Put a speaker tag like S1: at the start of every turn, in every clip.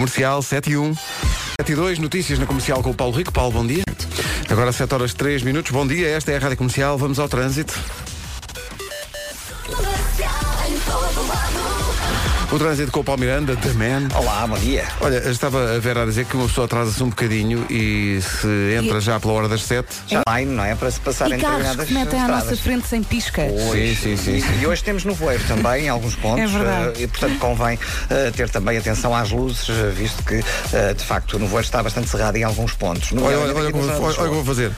S1: Comercial 7 e 1. 7 e 2, notícias na comercial com o Paulo Rico. Paulo, bom dia. Agora 7 horas 3 minutos. Bom dia, esta é a Rádio Comercial. Vamos ao trânsito. O trânsito com o Palmiranda, The Man.
S2: Olá, bom dia.
S1: Olha, estava a Vera a dizer que uma pessoa atrasa-se um bocadinho e se entra já pela hora das 7.
S2: Já vai, não é? Para se passar
S3: E
S2: em
S3: carros
S2: determinadas
S3: que metem à nossa
S2: estradas.
S3: frente sem pisca.
S2: Pois.
S1: Sim, sim, sim,
S2: E-
S1: sim.
S2: E hoje temos nevoeiro também, em alguns pontos.
S3: É verdade.
S2: eh, E, portanto, convém eh, ter também atenção às luzes, eh, visto que, eh, de facto, o nevoeiro está bastante cerrado em alguns pontos.
S1: Olha,
S2: nomeadamente
S1: olha, olha,
S2: aqui
S1: como-
S2: na
S1: olha,
S2: zona de
S1: olha o que eu vou fazer.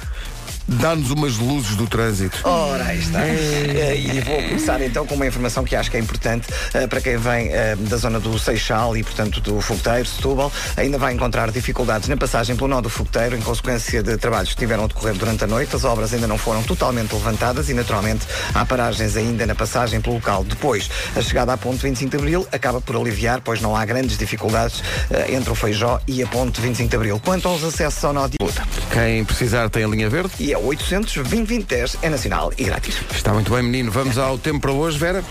S1: Dá-nos umas luzes do trânsito.
S2: Ora, aí está. Eh, E vou começar então com uma informação que acho que é importante eh, para quem vem eh, da zona do Seixal e, portanto, do Fogoteiro, Setúbal. Ainda vai encontrar dificuldades na passagem pelo nó do Fogoteiro em consequência de trabalhos que tiveram a decorrer durante a noite. As obras ainda não foram totalmente levantadas e, naturalmente, há paragens ainda na passagem pelo local. Depois, a chegada à Ponte 25 de Abril acaba por aliviar, pois não há grandes dificuldades eh, entre o Feijó e a Ponte 25 de Abril. Quanto aos acessos ao nó de luta,
S1: Quem precisar tem a linha verde.
S2: e é 800 2010 é nacional e grátis.
S1: Está muito bem, menino. Vamos ao tempo para hoje, Vera.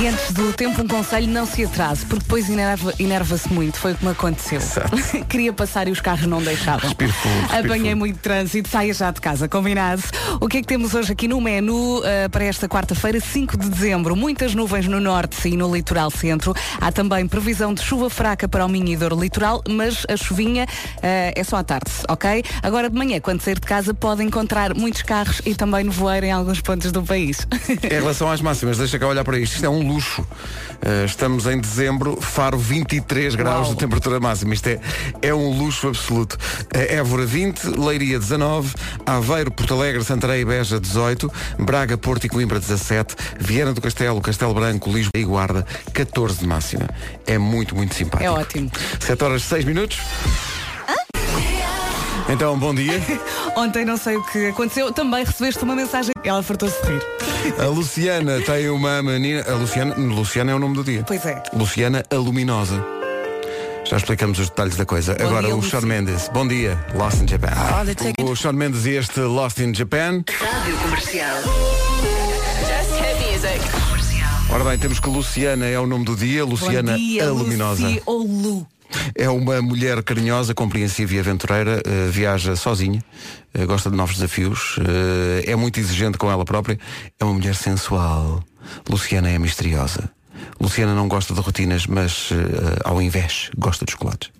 S3: E antes do tempo, um conselho, não se atrase, porque depois enerva- enerva-se muito. Foi o que me aconteceu. Queria passar e os carros não deixavam.
S1: Respire fundo, respire
S3: Apanhei
S1: fundo.
S3: muito trânsito, saia já de casa, combinado? O que é que temos hoje aqui no menu eh, para esta quarta-feira, 5 de dezembro? Muitas nuvens no norte e no litoral centro. Há também previsão de chuva fraca para o Minho e Douro Litoral, mas a chuvinha eh, é só à tarde, ok? Agora de manhã, quando sair de casa, pode encontrar muitos carros e também nevoeiro em alguns pontos do país.
S1: Em relação às máximas, deixa cá olhar para isto. Isto é um luxo. Uh, estamos em dezembro, faro 23 graus de temperatura máxima. Isto é, é um luxo absoluto. Uh, Évora 20, Leiria 19, Aveiro, Porto Alegre, Santarém e Beja 18, Braga, Porto e Coimbra 17, Viana do Castelo, Castelo Branco, Lisboa e Guarda 14 de máxima. É muito, muito simpático.
S3: É ótimo.
S1: 7 horas 6 minutos. Então, bom dia.
S3: Ontem não sei o que aconteceu, também recebeste uma mensagem e ela fartou-se de rir.
S1: A Luciana tem uma menina. A Luciana, Luciana é o nome do dia.
S3: Pois é.
S1: Luciana a Luminosa. Já explicamos os detalhes da coisa.
S3: Bom
S1: Agora
S3: dia,
S1: o Sean
S3: Luci-
S1: Mendes. Bom dia, Lost in Japan.
S3: they take
S1: O Sean Mendes e este Lost in Japan.
S4: Rádio Comercial.
S1: Ora bem, temos que Luciana é o nome do dia, Luciana
S3: Bom dia,
S1: a Luminosa.
S3: Lucy ou Lu.
S1: É uma mulher carinhosa, compreensiva e aventureira, eh, viaja sozinha, eh, gosta de novos desafios, eh, é muito exigente com ela própria, é uma mulher sensual. Luciana é misteriosa. Luciana não gosta de rotinas, mas eh, ao invés gosta de chocolates.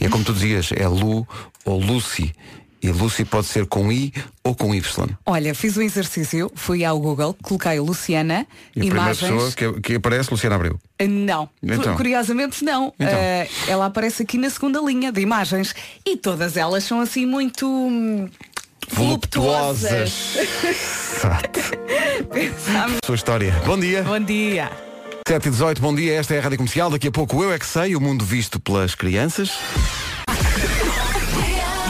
S1: E é como tu dizias, é Lu ou Lucy. E Lucy pode ser com I ou com Y.
S3: Olha, fiz um exercício, fui ao Google, coloquei Luciana,
S1: E a primeira pessoa
S3: imagens. Ah,
S1: que, que aparece, Luciana Abreu.
S3: Não,
S1: Então.
S3: curiosamente não.
S1: Então.
S3: Eh, ela aparece aqui na segunda linha de imagens e todas elas são assim muito hum, voluptuosas.
S1: Exato. Sua história. Bom dia.
S3: Bom dia.
S1: 7 e 18, bom dia, esta é a Rádio Comercial. Daqui a pouco eu é que sei, o mundo visto pelas crianças.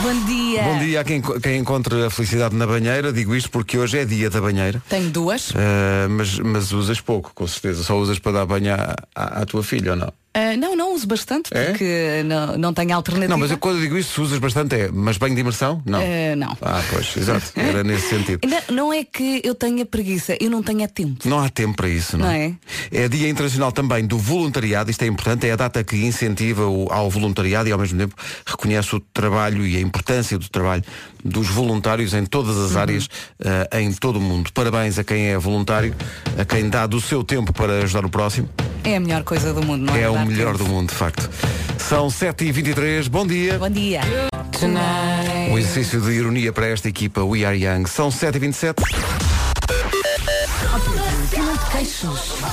S3: Bom dia.
S1: Bom dia a quem, quem encontra a felicidade na banheira, digo isto porque hoje é dia da banheira.
S3: Tenho duas.
S1: Ah, mas, mas usas pouco, com certeza. Só usas para dar banho à, à- à tua filha ou não?
S3: Ah, não, não uso bastante
S1: É?
S3: porque não, não tenho alternativa.
S1: Não, mas eu, quando eu digo isso, se usas bastante é. Mas banho de imersão? Não.
S3: Eh, não.
S1: Ah, pois, exato. Era nesse sentido.
S3: Não, não é que eu tenha preguiça, eu não tenho é tempo.
S1: Não há tempo para isso, não,
S3: Não é?
S1: É Dia Internacional também do Voluntariado, isto é importante, é a data que incentiva o- ao voluntariado e ao mesmo tempo reconhece o trabalho e a importância do trabalho dos voluntários em todas as
S3: Uhum.
S1: áreas eh, em todo o mundo. Parabéns a quem é voluntário, a quem dá do seu tempo para ajudar o próximo.
S3: É a melhor coisa do mundo, não é?
S1: é o
S3: Dar
S1: melhor
S3: tempo.
S1: do mundo, de facto. São 7h23, bom dia.
S3: Bom dia.
S1: Um exercício de ironia para esta equipa We Are Young. São 7h27.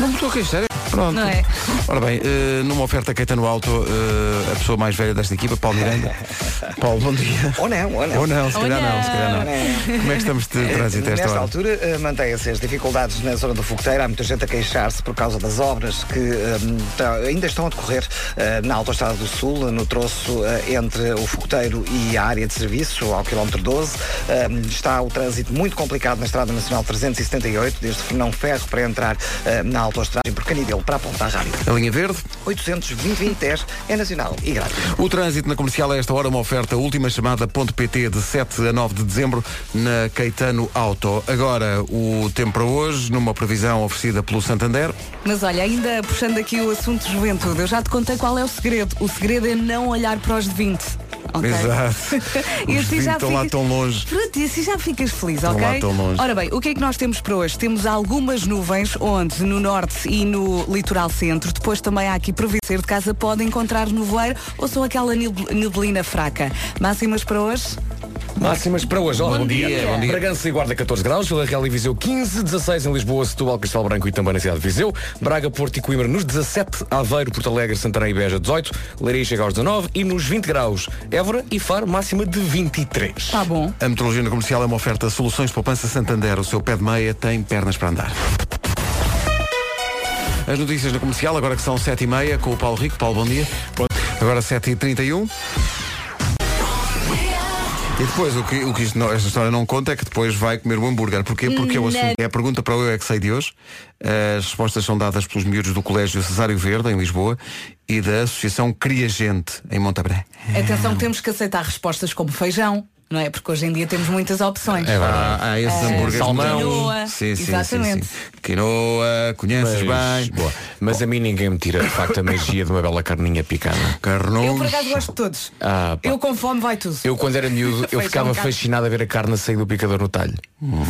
S1: Não me estou a queixar. Pronto.
S3: Não é?
S1: Ora bem, eh, numa oferta Caetano Alto, eh, a pessoa mais velha desta equipa, Paulo Miranda. Paulo, bom dia.
S2: Ou não, ou não.
S1: Ou não, se
S3: Ou
S1: calhar não, se calhar não.
S2: não.
S1: Como é que estamos de trânsito a esta
S2: Nesta
S1: hora?
S2: altura eh, mantêm-se as dificuldades na zona do Fogoteiro. Há muita gente a queixar-se por causa das obras que eh, tá- ainda estão a decorrer eh, na Autostrada do Sul, no troço eh, entre o Fogoteiro e a área de serviço, ao quilómetro 12. Eh, Está o trânsito muito complicado na Estrada Nacional 378, desde Fernão Ferro para entrar eh, na Autostrada e por Canidelo para apontar rádio.
S1: A linha verde.
S2: 800 2010 é nacional e grátis.
S1: O trânsito na comercial a esta hora, uma oferta última chamada.pt de 7 a 9 de dezembro na Caetano Auto. Agora, o tempo para hoje, numa previsão oferecida pelo Santander.
S3: Mas olha, ainda puxando aqui o assunto de juventude, eu já te contei qual é o segredo. O segredo é não olhar para os de 20. ok?
S1: Exato.
S3: e
S1: Os
S3: assim
S1: 20
S3: já
S1: estão lá
S3: ficas-
S1: tão longe.
S3: Pronto, e assim já ficas feliz,
S1: Estão
S3: ok?
S1: lá tão longe.
S3: Ora bem, o que é que nós temos para hoje? Temos algumas nuvens, onde no norte e no litoral centro, depois também há aqui província de casa, pode encontrar nevoeiro ou só aquela nib- neblina fraca. Máximas para hoje?
S4: Máximas para hoje. Olá,
S3: Bom dia. Bom dia.
S4: Bragança e Guarda 14 graus, Vila Real e Viseu 15, 16 em Lisboa, Setúbal, Cristal Branco e também na cidade de Viseu, Braga, Porto e Coimbra nos 17, Aveiro, Porto Alegre, Santarém e Beja 18, Leiria chega aos 19 e nos 20 graus, Évora e Faro máxima de 23.
S3: Está Tá bom.
S1: A metrologia na comercial é uma oferta Soluções de Poupança Santander. O seu pé de meia tem pernas para andar. As notícias na comercial, agora que são 7h30, com o Paulo Rico. Paulo, bom dia. Agora 7h31. E depois, o que, o que isto não- esta história não conta é que depois vai comer um hambúrguer. Porquê? Porque eu assunto é a pergunta para o Eu É Que Sei de hoje. As respostas são dadas pelos miúdos do Colégio Cesário Verde, em Lisboa, e da Associação Criagente, em Montabré.
S3: Atenção que temos que aceitar respostas como feijão, não é? Porque hoje em dia temos muitas opções.
S1: É verdade.
S4: Ah,
S1: Há esses hambúrgueres
S4: salmão.
S1: muito bons.
S3: Quinoa.
S1: Sim, sim,
S3: Exatamente.
S1: sim, sim. Quinoa, conheces
S4: Mas,
S1: bem.
S4: boa. ah, Mas a mim ninguém me tira de facto a magia de uma bela carninha picada.
S3: Eu por
S1: Carnudos.
S3: acaso gosto de todos.
S4: Ah, pá.
S3: eu com fome vai tudo.
S4: Eu quando era miúdo eu
S3: Feijão
S4: ficava
S3: cá.
S4: fascinado a ver a carne a sair do picador no talho.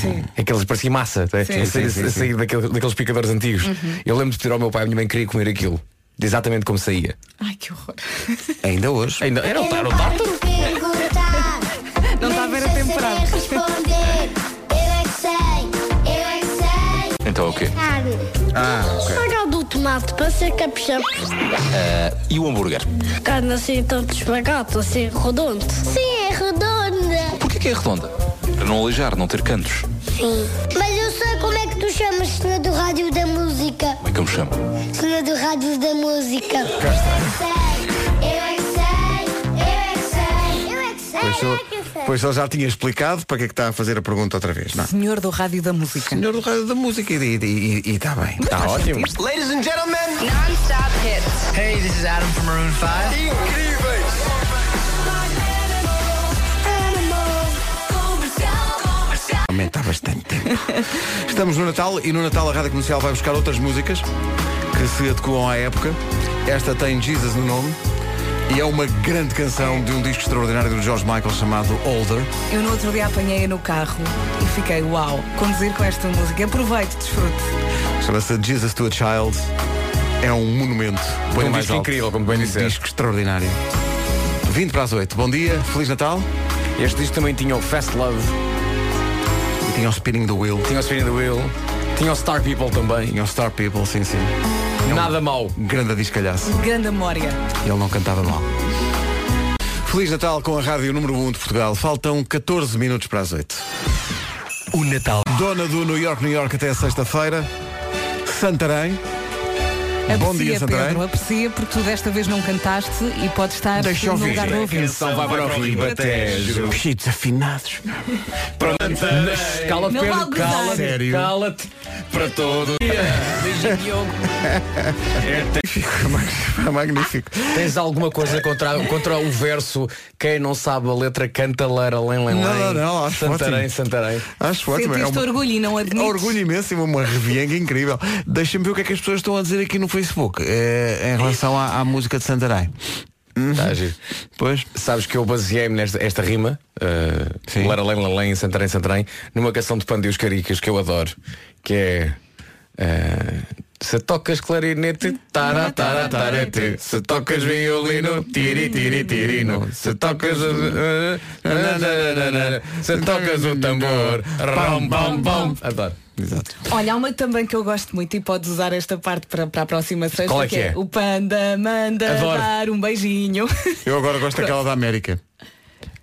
S3: Sim.
S4: Aqueles parecia massa, tá?
S3: Sim.
S4: a
S3: Sim,
S4: sair, a sair daquele- daqueles picadores antigos. Eu lembro de pedir ao meu pai e à minha mãe que queria comer aquilo. De Exatamente como saía.
S3: Ai, que horror.
S1: Ainda hoje.
S4: Ainda era um o era o tártaro.
S5: Perguntar.
S3: Não está a ver a
S5: Mesmo sem
S3: temporada.
S5: saber responder. Eu é que sei, eu é que sei.
S4: Então o quê?
S5: Ah,
S6: Esmagar do tomate para ser capixão.
S4: E o hambúrguer?
S6: Carne assim tanto esmagado, assim redondo.
S5: Sim, é redonda.
S7: Porquê que é redonda? Para não aleijar, não ter cantos.
S5: Sim. Mas eu sei como é que tu chamas cena do rádio da música.
S7: Como é que eu me chamo?
S5: Cena do rádio da música. é Eu é que sei, eu é que sei, eu é que sei.
S1: Pois
S5: Eu
S1: só,
S5: é que sei.
S1: pois só já tinha explicado para que é que está a fazer a pergunta outra vez, não é?
S3: Senhor do rádio e da música.
S1: Senhor do Rádio da Música e está bem.
S4: Está Tá ótimo.
S8: Ladies and gentlemen,
S9: Non-stop hits.
S8: hey, this is Adam from Maroon 5.
S1: Aumenta há bastante tempo. Estamos no Natal e no Natal a Rádio Comercial vai buscar outras músicas que se adequam à época. Esta tem Jesus no nome e é uma grande canção de um disco extraordinário do George Michael chamado Older.
S3: Eu no outro dia apanhei no carro e fiquei uau, conduzir com esta música. Aproveite, desfrute.
S1: Chama-se Jesus to a Child. É um monumento. Põe
S4: Um
S1: mais
S4: disco
S1: alto.
S4: incrível, como bem
S1: um
S4: disseste.
S1: disco extraordinário. 20 para as 8. Bom dia, Feliz Natal.
S4: Este disco também tinha o Fast Love,
S1: E tinha o Spinning the Wheel.
S4: tinha o Spin in the Wheel, tinha o Star People também.
S1: Tinha o Star People, sim, sim.
S4: Nada mau.
S1: Grande discalhaço.
S3: Grande memória.
S1: Ele não cantava mal. Feliz Natal com a Rádio Número 1 de Portugal. Faltam 14 minutos para as 8.
S4: O Natal.
S1: Dona do New York, New York até sexta-feira. Santarém.
S3: Aprecia,
S1: Bom dia, Santarém.
S3: Pedro. Aprecia porque tu desta vez não cantaste e pode estar
S1: Deixa eu
S3: no
S1: ouvir.
S3: lugar do ouvinte.
S4: Canção vai para o Ribatejo.
S1: Puxitos afinados.
S4: Mas cala-te,
S3: Não
S4: Pedro.
S3: vale gozar.
S4: Cala-te.
S1: Sério?
S4: Cala-te. Para todo.
S1: É magnífico.
S4: Tens alguma coisa contra, contra o verso Quem não sabe a letra canta leira lem lem
S1: Não, não,
S4: lem"?
S1: não, acho
S4: Santarém,
S1: ótimo.
S4: Santarém
S1: Acho ótimo. É
S3: Sentiste
S1: uma-
S3: orgulho e não admites.
S1: Orgulho imenso e uma revienga incrível. Deixa-me ver o que é que as pessoas estão a dizer aqui no Facebook eh, em relação à, à música de Santarém.
S4: Tá, giro.
S1: Pois.
S4: Sabes que eu baseei-me nesta esta rima
S1: Sim.
S4: uh, Lara Lem Lem Santarém Santarém Numa canção de Pandeus Caricas que eu adoro Que é uh, Se tocas clarinete Tara tara tarete Se tocas violino Tiri tiri tirino Se tocas uh, uh, na, na, na, na, na. Se tocas o tambor Rom bom bom Adoro
S1: Exato.
S3: Olha, há uma também que eu gosto muito e podes usar esta parte para, para a próxima sexta.
S4: Qual é que é?
S3: O panda manda
S4: Adoro.
S3: dar um beijinho.
S1: Eu agora gosto daquela da América.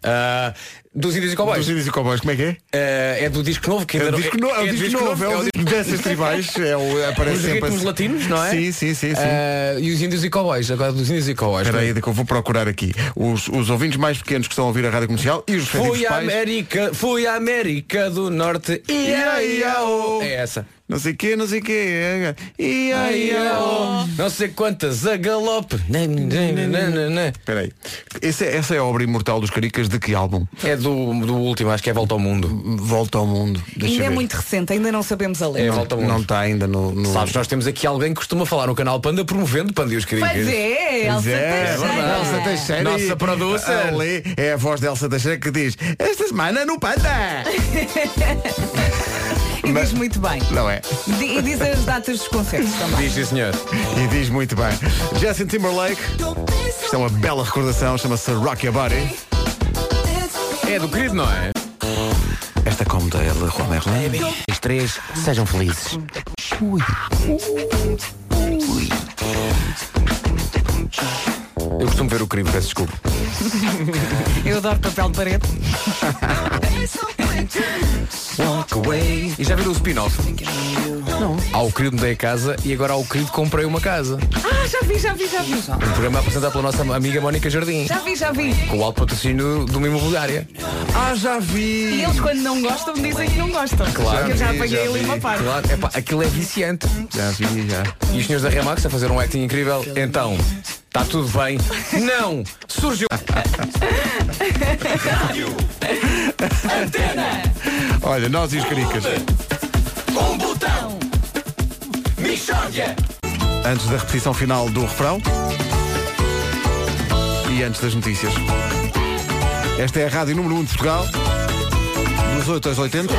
S4: Ah, Dos Índios e Cowboys.
S1: Dos índios e cowboys, como é que é?
S4: Eh, é do disco novo que
S1: É
S4: ainda
S1: o
S4: não-
S1: disco, no, é o disco novo, é
S4: é
S1: o disco danças tribais, é o, aparece
S4: Os
S1: sempre
S4: ritmos
S1: assim.
S4: latinos, não é?
S1: Sim, sim, sim. sim.
S4: Eh, e os Índios e Cowboys, agora dos Índios e Cowboys.
S1: Espera aí, que eu vou procurar aqui. Os, os ouvintes mais pequenos que estão a ouvir a rádio comercial e os respectivos
S4: Fui à
S1: pais.
S4: América, fui à América do Norte. Ia, ia, oh. É essa.
S1: Não sei quê, não sei quê. é, é. Ia, ia, oh.
S4: Não sei quantas a galope. Né, Nã, nã, nã, nã, nã.
S1: Espera aí. Esse é- Essa é a obra imortal dos Caricas de que álbum?
S4: É do, do último, acho que é Volta ao Mundo.
S1: Volta ao mundo. Deixa
S3: Ainda é
S1: ver.
S3: muito recente, ainda não sabemos a
S4: É
S3: letra.
S4: Volta ao Mundo.
S1: Não está ainda no. no...
S4: Sabes, nós temos aqui alguém que costuma falar no canal Panda promovendo Panda e os Caricas.
S3: Pois é, Elsa
S1: é,
S3: Teixeira.
S1: verdade. Elsa Teixeira.
S4: Nossa
S1: e-
S4: producer.
S1: Ali é a voz de Elsa Teixeira que diz Esta semana no Panda.
S3: E diz muito bem.
S1: Não é?
S3: Di- E diz as datas dos concertos também.
S4: Diz sim, senhor.
S1: E diz muito bem. Justin Timberlake. Isto é uma bela recordação. Chama-se Rock Your Body.
S4: É do querido, não é?
S1: Esta cómoda é de Juan Merlin.
S4: Os três, sejam felizes. Eu costumo ver o querido, peço desculpa.
S3: Eu adoro papel de parede.
S4: E já viram o spin-off? Não. Há o querido mudei a casa e agora há o querido comprei uma casa.
S3: Ah, já vi, já vi, já vi.
S4: Um programa apresentado pela nossa amiga Mónica Jardim.
S3: Já vi, já vi.
S4: Com o alto patrocínio de uma imobiliária.
S1: Ah, já vi.
S3: E eles quando não gostam dizem que não gostam.
S4: Claro,
S3: Que eu já
S1: vi,
S3: apanhei
S1: já
S3: ali
S1: vi.
S3: uma parte.
S4: Claro, epá, aquilo é viciante.
S1: Já vi, já.
S4: E os senhores da Remax a fazer um acting incrível. Então, está tudo bem. Não! Surgiu.
S1: Olha, nós e os caricas. Antes da repetição final do refrão. E antes das notícias. Esta é a rádio número 1 de Portugal. Dos 8 às 80.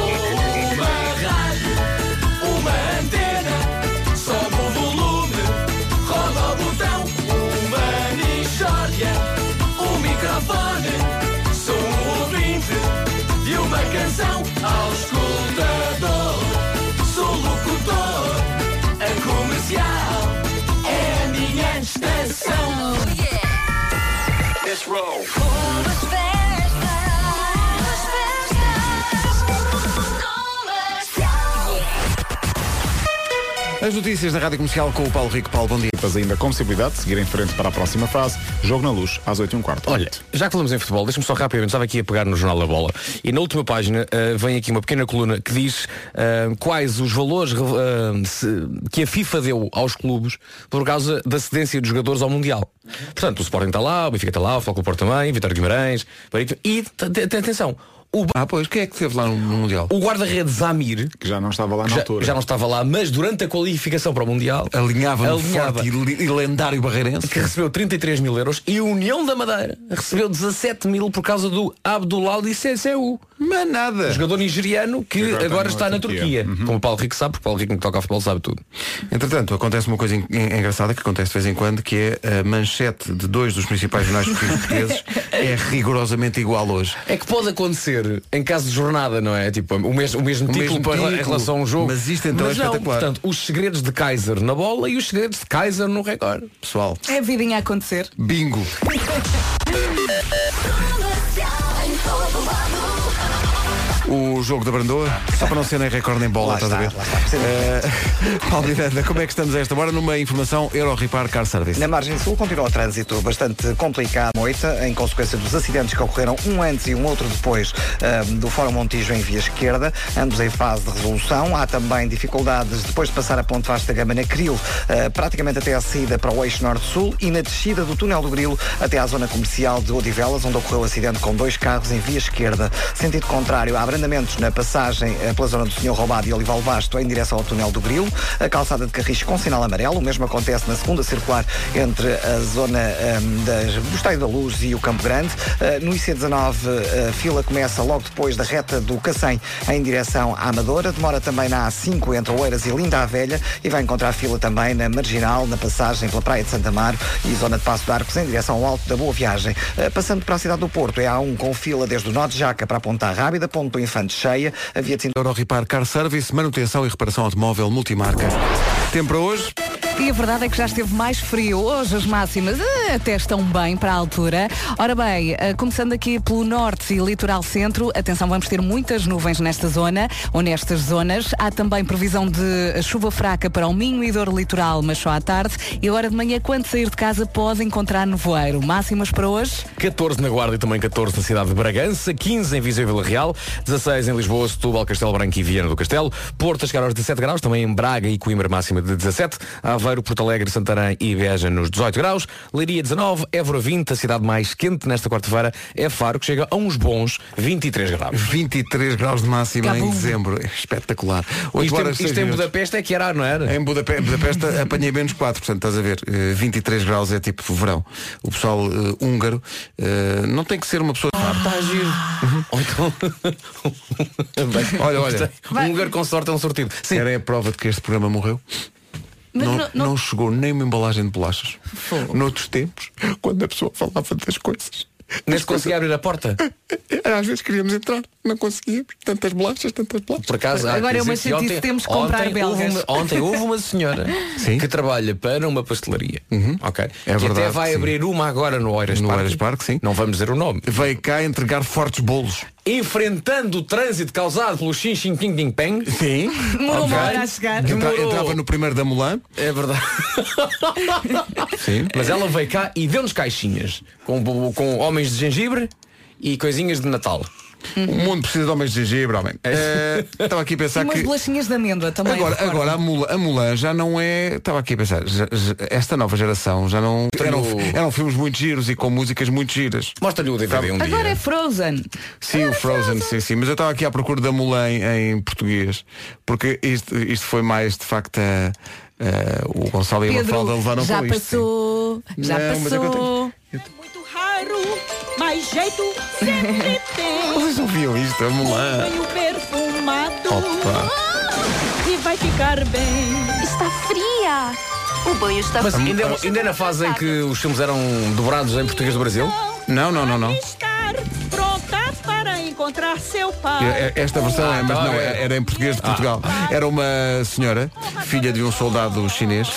S1: As notícias da rádio comercial com o Paulo Rico. Paulo, bom dia.
S9: Mas ainda com possibilidade de seguir em frente para a próxima fase. Jogo na luz, às um 8 h 15
S4: Olha, já que falamos em futebol, deixa-me só rapidamente, estava aqui a pegar no Jornal da Bola e na última página ah, vem aqui uma pequena coluna que diz ah, quais os valores ah, se- que a FIFA deu aos clubes por causa da cedência dos jogadores ao Mundial. Portanto, o Sporting está lá, o Benfica está lá, o Foco Porto também, Vitória Guimarães, Barito, e t- t- t- atenção, o,
S1: Ah, pois, quem é que esteve lá no, no Mundial?
S4: o guarda-redes Amir,
S9: que já não estava lá na
S4: já,
S9: altura.
S4: já não estava lá, mas durante a qualificação para o Mundial
S1: Alinhava no
S4: alinhava,
S1: forte e, li- e lendário barreirense.
S4: que recebeu 33 mil euros e a União da Madeira recebeu 17 mil por causa do Abdulal Iceu,
S1: Mas nada.
S4: jogador nigeriano que
S9: agora
S4: agora,
S9: está na
S4: está na Turquia.
S9: Turquia.
S1: Uhum.
S4: Como o Paulo Rico sabe, porque o Paulo Rico que toca a futebol sabe tudo.
S1: Entretanto, acontece uma coisa en- en- engraçada que acontece de vez em quando, que é a manchete de dois dos principais jornais portugueses portugueses é rigorosamente igual hoje.
S4: É que pode acontecer em caso de jornada, não é? Tipo, o mesmo, o mesmo
S1: O
S4: título
S1: mesmo
S4: para- em
S1: título.
S4: relação a um jogo.
S1: Mas isto então
S4: Mas
S1: é
S4: não,
S1: espetacular.
S4: Portanto, os segredos de Kaiser na bola e os segredos de Kaiser no recorde.
S1: Pessoal,
S3: É a vidinha a acontecer.
S1: bingo. O jogo da Brandoa, só para não ser nem recorde nem bola,
S2: Lá
S1: estás
S2: está,
S1: a ver?
S2: lá está. Percebemos.
S1: Eh, Paulo Miranda, como é que estamos a esta hora? Numa informação Euro Repar Car Service.
S2: Na margem sul continua o trânsito bastante complicado moita, em consequência dos acidentes que ocorreram um antes e um outro depois ahm, do Fórum Montijo em via esquerda, ambos em fase de resolução. Há também dificuldades depois de passar a Ponte Vasta Gama na Cril, ah, praticamente até à saída para o eixo norte-sul e na descida do túnel do Grilo até à zona comercial de Odivelas, onde ocorreu o acidente com dois carros em via esquerda. Sentido contrário, há abrandamentos na passagem eh, pela zona do Senhor Roubado e Olival Basto em direção ao túnel do Grilo, a calçada de Carris com sinal amarelo, o mesmo acontece na segunda circular entre a zona ehm, das Bosteio da Luz e o Campo Grande. Eh, no IC19, eh, a fila começa logo depois da reta do Cacém em direção à Amadora, demora também na A5 entre Oeiras e Linda a Velha e vai encontrar fila também na Marginal, na passagem pela Praia de Santa Amaro e zona de Passo de Arcos em direção ao Alto da Boa Viagem. Eh, passando para a cidade do Porto, é a A1 com fila desde o Nó de Jaca para a Ponta Rábida, Ponto do Infante cheia, a via de Sintra
S1: Euro Repar Car Service, manutenção e reparação automóvel multimarca. Tempo para hoje?
S3: E a verdade é que já esteve mais frio. Hoje as máximas eh, até estão bem para a altura. Ora bem, eh, começando aqui pelo norte e litoral centro, atenção, vamos ter muitas nuvens nesta zona ou nestas zonas. Há também previsão de chuva fraca para o Minho e Douro Litoral, mas só à tarde. E agora de manhã, quando sair de casa, pode encontrar nevoeiro. Máximas para hoje?
S4: 14 na Guarda e também 14 na cidade de Bragança, 15 em Viseu e Vila Real, 16 em Lisboa, Setúbal, Castelo Branco e Viana do Castelo, Porto a chegar aos 17 graus, também em Braga e Coimbra máxima de 17, Aveiro, Porto Alegre, Santarém e Beja nos 18 graus, Leiria 19, Évora 20, a cidade mais quente nesta quarta-feira é Faro, que chega a uns bons 23 graus.
S1: 23 graus de máxima em
S3: Cabum.
S1: dezembro. Espetacular. Oito
S4: Isto, em-
S1: horas, seis
S4: isto em
S1: minutos.
S4: Budapeste é que era, não era?
S1: Em Budapeste, Budapeste apanhei menos 4, portanto estás a ver, eh, 23 graus é tipo verão. O pessoal eh, húngaro eh, não tem que ser uma pessoa.
S4: Está a giro. Ou então. Bem,
S1: Olha, olha.
S4: Um lugar com sorte é um sortido. Sim.
S1: Era a prova de que este programa morreu.
S3: Mas
S1: não,
S3: não-
S1: não
S3: não-
S1: chegou nem uma embalagem de bolachas.
S3: Fogo.
S1: Noutros tempos, quando a pessoa falava das coisas. eh,
S4: Nem se conseguia abrir a porta.
S1: Às vezes queríamos entrar, não conseguíamos. Tantas bolachas, tantas bolachas.
S4: Por acaso, há
S3: Agora
S4: que
S3: é uma
S4: dizer que
S3: chatice,
S4: ontem-
S3: temos que comprar
S4: ontem
S3: belgas.
S4: Houve uma, ontem houve uma senhora
S1: Sim. Uhum. É
S4: que trabalha para uma pastelaria. Ok. que até
S1: verdade,
S4: vai
S1: sim.
S4: abrir uma agora no Oeiras
S1: No
S4: Park.
S1: Oeiras Park, sim.
S4: Não vamos dizer o nome.
S1: Veio cá entregar fortes bolos.
S4: Enfrentando o trânsito causado pelo Xin Xin Ping Ding Peng.
S1: Sim.
S3: Demorou uma
S4: Ok.
S3: hora a chegar.
S1: Entra,
S4: Demorou.
S1: entrava no primeiro da Mulan.
S4: É verdade.
S1: Sim.
S4: Mas ela veio cá e deu-nos caixinhas com, bo- com homens de gengibre e coisinhas de Natal.
S1: O mundo precisa de homens de gengibre, homem. Eh, Estava aqui a
S3: E
S1: pensar
S3: umas
S1: que.
S3: bolachinhas de amêndoa também.
S1: Agora,
S3: recordo.
S1: agora a, Mulan, a Mulan já não é. Estava aqui a pensar, já- já- esta nova geração já não. Eram, eram filmes muito giros e com músicas muito giras.
S4: Mostra-lhe o DVD um
S3: Agora
S4: dia.
S3: é Frozen.
S1: Sim, o Frozen, sim, sim. Mas eu estava aqui à procura da Mulan em português. Porque isto, isto foi mais, de facto, a- a- o Gonçalo e a Mafalda levaram
S3: já
S1: para isto. sim.
S3: passou, já
S1: Não, mas é que eu
S3: passou.
S10: Muito raro, mas jeito sempre tem.
S1: Vocês ouviam isto, a Mulan?
S10: Banho perfumado
S1: Opa.
S10: e vai ficar bem.
S5: Está fria. O banho está
S4: Mas ainda, é- ainda é na fase em que os filmes eram dobrados em português do Brasil?
S1: Não, não, não, não.
S10: Estar pronta para encontrar seu pai.
S1: É- é- Esta versão é, mas
S4: tá
S1: não,
S4: bem.
S1: é- era em português de Portugal. Era uma senhora, filha de um soldado chinês,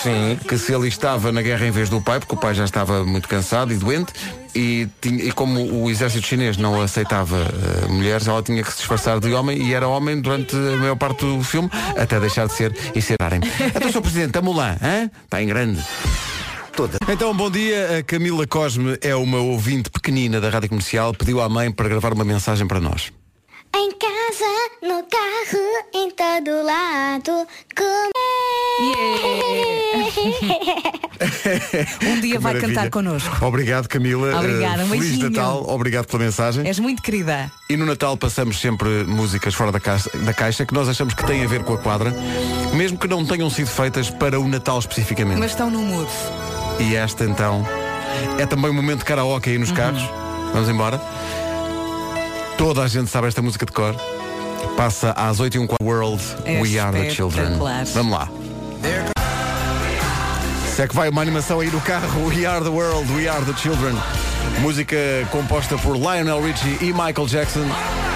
S1: que se alistava na guerra em vez do pai, porque o pai já estava muito cansado e doente, e, tinha- e como o exército chinês não aceitava eh, mulheres, ela tinha que se disfarçar de homem e era homem durante a maior parte do filme, até deixar de ser e ser harem. Então, Sr. Presidente, a Mulan, hã? está em grande. Então, bom dia. A Camila Cosme é uma ouvinte pequenina da Rádio Comercial, pediu à mãe para gravar uma mensagem para nós.
S5: Em casa, no carro, em todo lado. Com...
S3: Um dia
S1: é,
S3: vai
S1: Maravilha.
S3: cantar connosco.
S1: Obrigado, Camila.
S3: Obrigada,
S1: Eh,
S3: um
S1: Feliz
S3: beijinho.
S1: Natal, obrigado pela mensagem.
S3: És muito querida.
S1: E no Natal passamos sempre músicas fora da caixa, da caixa que nós achamos que têm a ver com a quadra, mesmo que não tenham sido feitas para o Natal especificamente.
S3: Mas estão no mood.
S1: E esta então é também um momento de karaoke aí
S3: Uhum.
S1: nos carros. Vamos embora. Toda a gente sabe esta música de cor. Passa às 8 h 15 World,
S3: É
S1: We Are the Children.
S3: espetacular.
S1: Vamos lá. Se é que vai uma animação aí no carro, We Are the World, We Are the Children. Música composta por Lionel Richie e Michael Jackson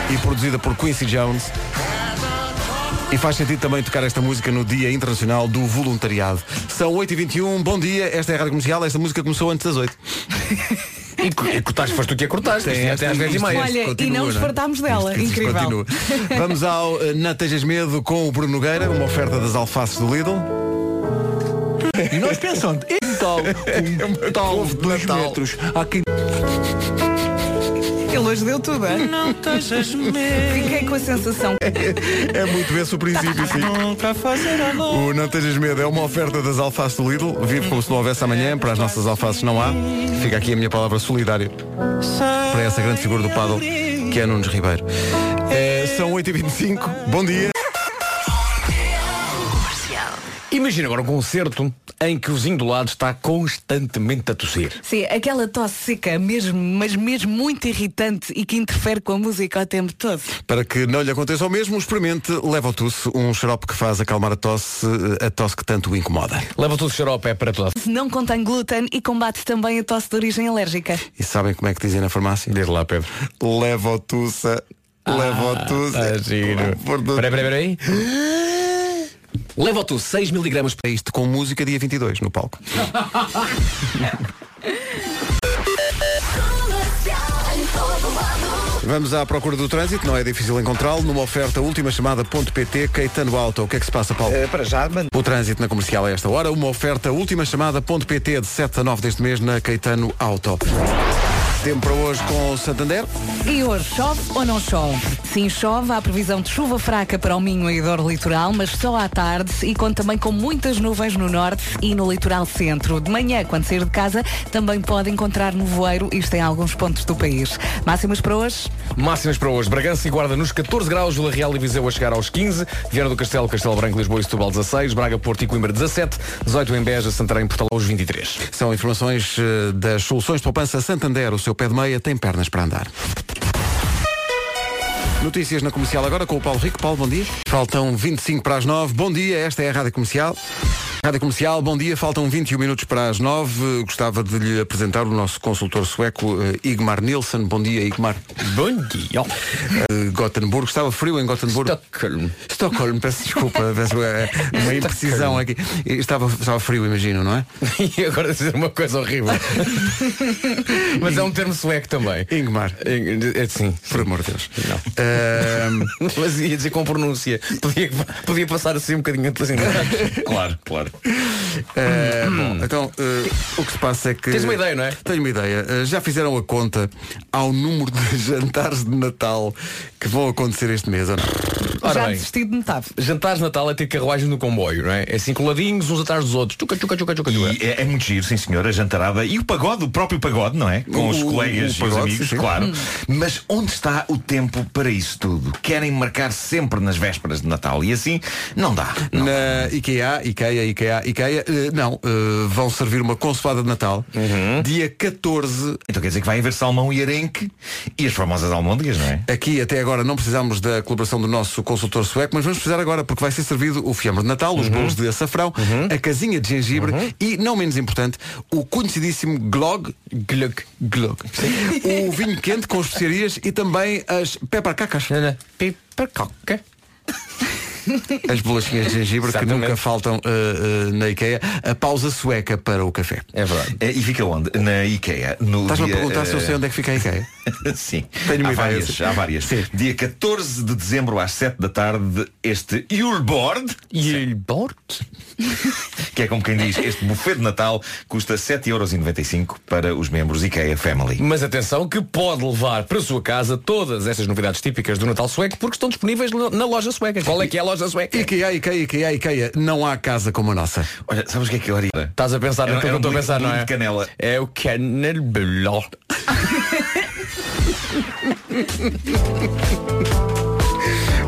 S1: e produzida por Quincy Jones. E faz sentido também tocar esta música no Dia Internacional do Voluntariado. São 8h21, bom dia, esta é a Rádio Comercial, esta música começou antes das 8.
S4: E, co- e cortaste, foste tu que a cortaste.
S1: Tem
S4: Isto é
S1: esta-
S4: até às 10 e
S1: isto-
S4: meia.
S3: Olha,
S1: continua,
S3: e não nos
S1: não é?
S3: fartámos dela.
S1: Isto- isto
S3: Incrível.
S1: continua. Vamos ao eh, Não Tejas Medo com o Bruno Nogueira, uma oferta das alfaces do Lidl.
S11: E nós pensando, então,
S1: É
S11: um tal de dois
S1: Natal.
S11: metros. Há quem
S3: Ele hoje deu tudo, hein?
S11: não estejas medo
S3: Fiquei com a sensação.
S1: É muito esse o princípio, sim.
S11: para fazer amor.
S1: O Não Tejas Medo é uma oferta das alfaces do Lidl. Vive como se não houvesse amanhã, para as nossas alfaces não há. Fica aqui a minha palavra solidária para essa grande figura do paddle, que é Nunes Ribeiro. Eh, são 8h25, bom dia.
S4: Imagina agora um concerto em que o vizinho do lado está constantemente a tossir.
S3: Sim, aquela tosse seca mesmo, mas mesmo muito irritante e que interfere com a música o tempo todo.
S1: Para que não lhe aconteça o mesmo, experimente Levotusse, um xarope que faz acalmar a tosse, eh, a tosse que tanto o incomoda.
S4: Leva tudo xarope, é para toda. a-
S3: Não contém glúten e combate também a tosse de origem alérgica.
S1: E sabem como é que dizem na farmácia?
S4: Diz lá, Pedro.
S1: Levotussa, Levotussa.
S4: Está tá Ah, giro.
S1: Por-
S4: Peraí, peraí, peraí.
S1: Leva tu 6 miligramas para É isto com música dia 22 no palco. Vamos à procura do trânsito, não é difícil encontrá-lo, numa oferta última chamada.pt, Caetano Auto. O que é que se passa, Paulo?
S2: para já,
S1: O trânsito na comercial a esta hora, uma oferta última chamada.pt de 7 a 9 deste mês na Caetano Auto. Tempo para hoje com o Santander.
S3: E hoje chove ou não chove? Sim, chove, há previsão de chuva fraca para o Minho e Dor Litoral, mas só à tarde e conta também com muitas nuvens no norte e no litoral centro. De manhã, quando sair de casa, também pode encontrar nevoeiro, isto em alguns pontos do país. Máximas para hoje?
S4: Máximas para hoje. Bragança e Guarda nos 14 graus, Vila Real e Viseu a chegar aos 15, Viana do Castelo, Castelo Branco, Lisboa e Setúbal 16, Braga, Porto e Coimbra 17, 18 em Beja, Santarém e Porto Alegre, os 23.
S1: São informações eh, das soluções de poupança Santander. O seu pé de meia tem pernas para andar. Notícias na comercial agora com o Paulo Rico. Paulo, bom dia. Faltam 25 para as 9. Bom dia, esta é a Rádio Comercial. Rádio Comercial, bom dia. Faltam 21 minutos para as 9. Eh, Gostava de lhe apresentar o nosso consultor sueco eh, Igmar Nilsson. Bom dia, Igmar. Bom dia. Gotemburgo. Estava frio em Gotemburgo?
S4: Então,
S1: Stockholm. Stockholm, peço desculpa. peço, eh, uma imprecisão aqui. Estava, estava frio, imagino, não é?
S4: E agora dizer uma coisa horrível. Mas é um termo sueco também.
S1: Ingmar.
S4: É sim.
S1: Por amor de Deus. Não.
S4: Mas ia dizer com pronúncia. Podia, podia passar assim um bocadinho assim. claro, claro.
S1: Eh, bom, então, eh, o que se passa é que.
S4: Hum. Tens uma ideia, não é?
S1: Tenho uma ideia. Eh, já fizeram a conta ao número de jantares de Natal que vão acontecer este mês, ou não?
S4: Ora
S3: Já
S4: bem.
S3: desisti de metade.
S4: Jantares de Natal é ter carruagem no comboio, não é? É assim coladinhos uns atrás dos outros. Tuca, tuca, tuca, tuca, tuca.
S12: É, é muito giro, sim senhor, a jantarada e o pagode, o próprio pagode, não é? Com os
S4: O-
S12: colegas
S4: o
S12: e os
S4: pagode,
S12: amigos,
S4: sim, sim.
S12: claro.
S4: Hum.
S12: Mas onde está o tempo para isso tudo? Querem marcar sempre nas vésperas de Natal e assim não dá.
S1: Na IKEA, IKEA, IKEA, IKEA, eh, não, eh, vão servir uma consoada de Natal
S4: Uhum.
S1: dia 14.
S12: Então quer dizer que vai haver salmão e arenque e as famosas almôndegas, não é?
S1: Aqui até agora não precisámos da colaboração do nosso consultor sueco, mas vamos precisar agora porque vai ser servido o fiambre de Natal, os bolos de açafrão, a casinha de gengibre e, não menos importante, o conhecidíssimo Glog. Glug. Glug. O vinho quente com especiarias e também as peppercacas.
S4: Peppercaca.
S1: As bolachinhas de gengibre que nunca faltam eh, eh, na IKEA. A pausa sueca para o café.
S4: É verdade.
S12: Eh, E fica onde? Na IKEA. No
S1: Estás-me a
S12: dia,
S1: perguntar se eu
S12: eh,
S1: sei onde é que fica a IKEA?
S12: Sim.
S1: Tenho uma ideia,
S12: há, várias,
S1: sim.
S12: há várias. Dia 14 de dezembro às 7 da tarde, este Yulbord.
S4: Yulbord?
S12: Que é como quem diz, este buffet de Natal custa 7,95€ para os membros IKEA Family.
S4: Mas atenção que pode levar para a sua casa todas estas novidades típicas do Natal sueco porque estão disponíveis no- na loja sueca. Qual é que é a loja sueca?
S1: IKEA, IKEA, IKEA, IKEA. é. Não há casa como a nossa.
S12: Olha, sabes o que é que eu era?
S4: Estás a pensar
S12: Era-
S4: naquilo que eu
S12: era
S4: estou a pensar,
S12: um bolinho
S4: não é?
S12: de canela.
S4: É o canelbeló.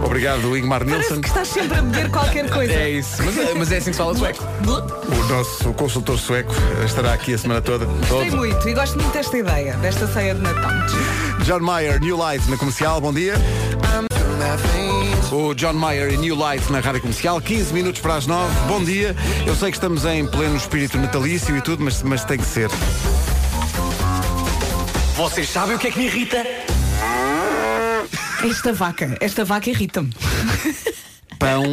S1: Obrigado, Ingmar Nilsson.
S3: Que estás sempre a beber qualquer coisa.
S4: É isso. Mas, é- mas é assim que se fala sueco.
S1: O nosso consultor sueco estará aqui a semana toda.
S3: Gostei muito e gosto muito desta ideia, desta ceia de Natal.
S1: John Mayer, New Light na comercial, bom dia. O John Mayer e New Light na rádio comercial, 15 minutos para as 9, bom dia. Eu sei que estamos em pleno espírito natalício e tudo, mas, mas tem que ser.
S11: Vocês sabem o que é que me irrita?
S3: Esta vaca, esta vaca irrita-me.
S1: Pão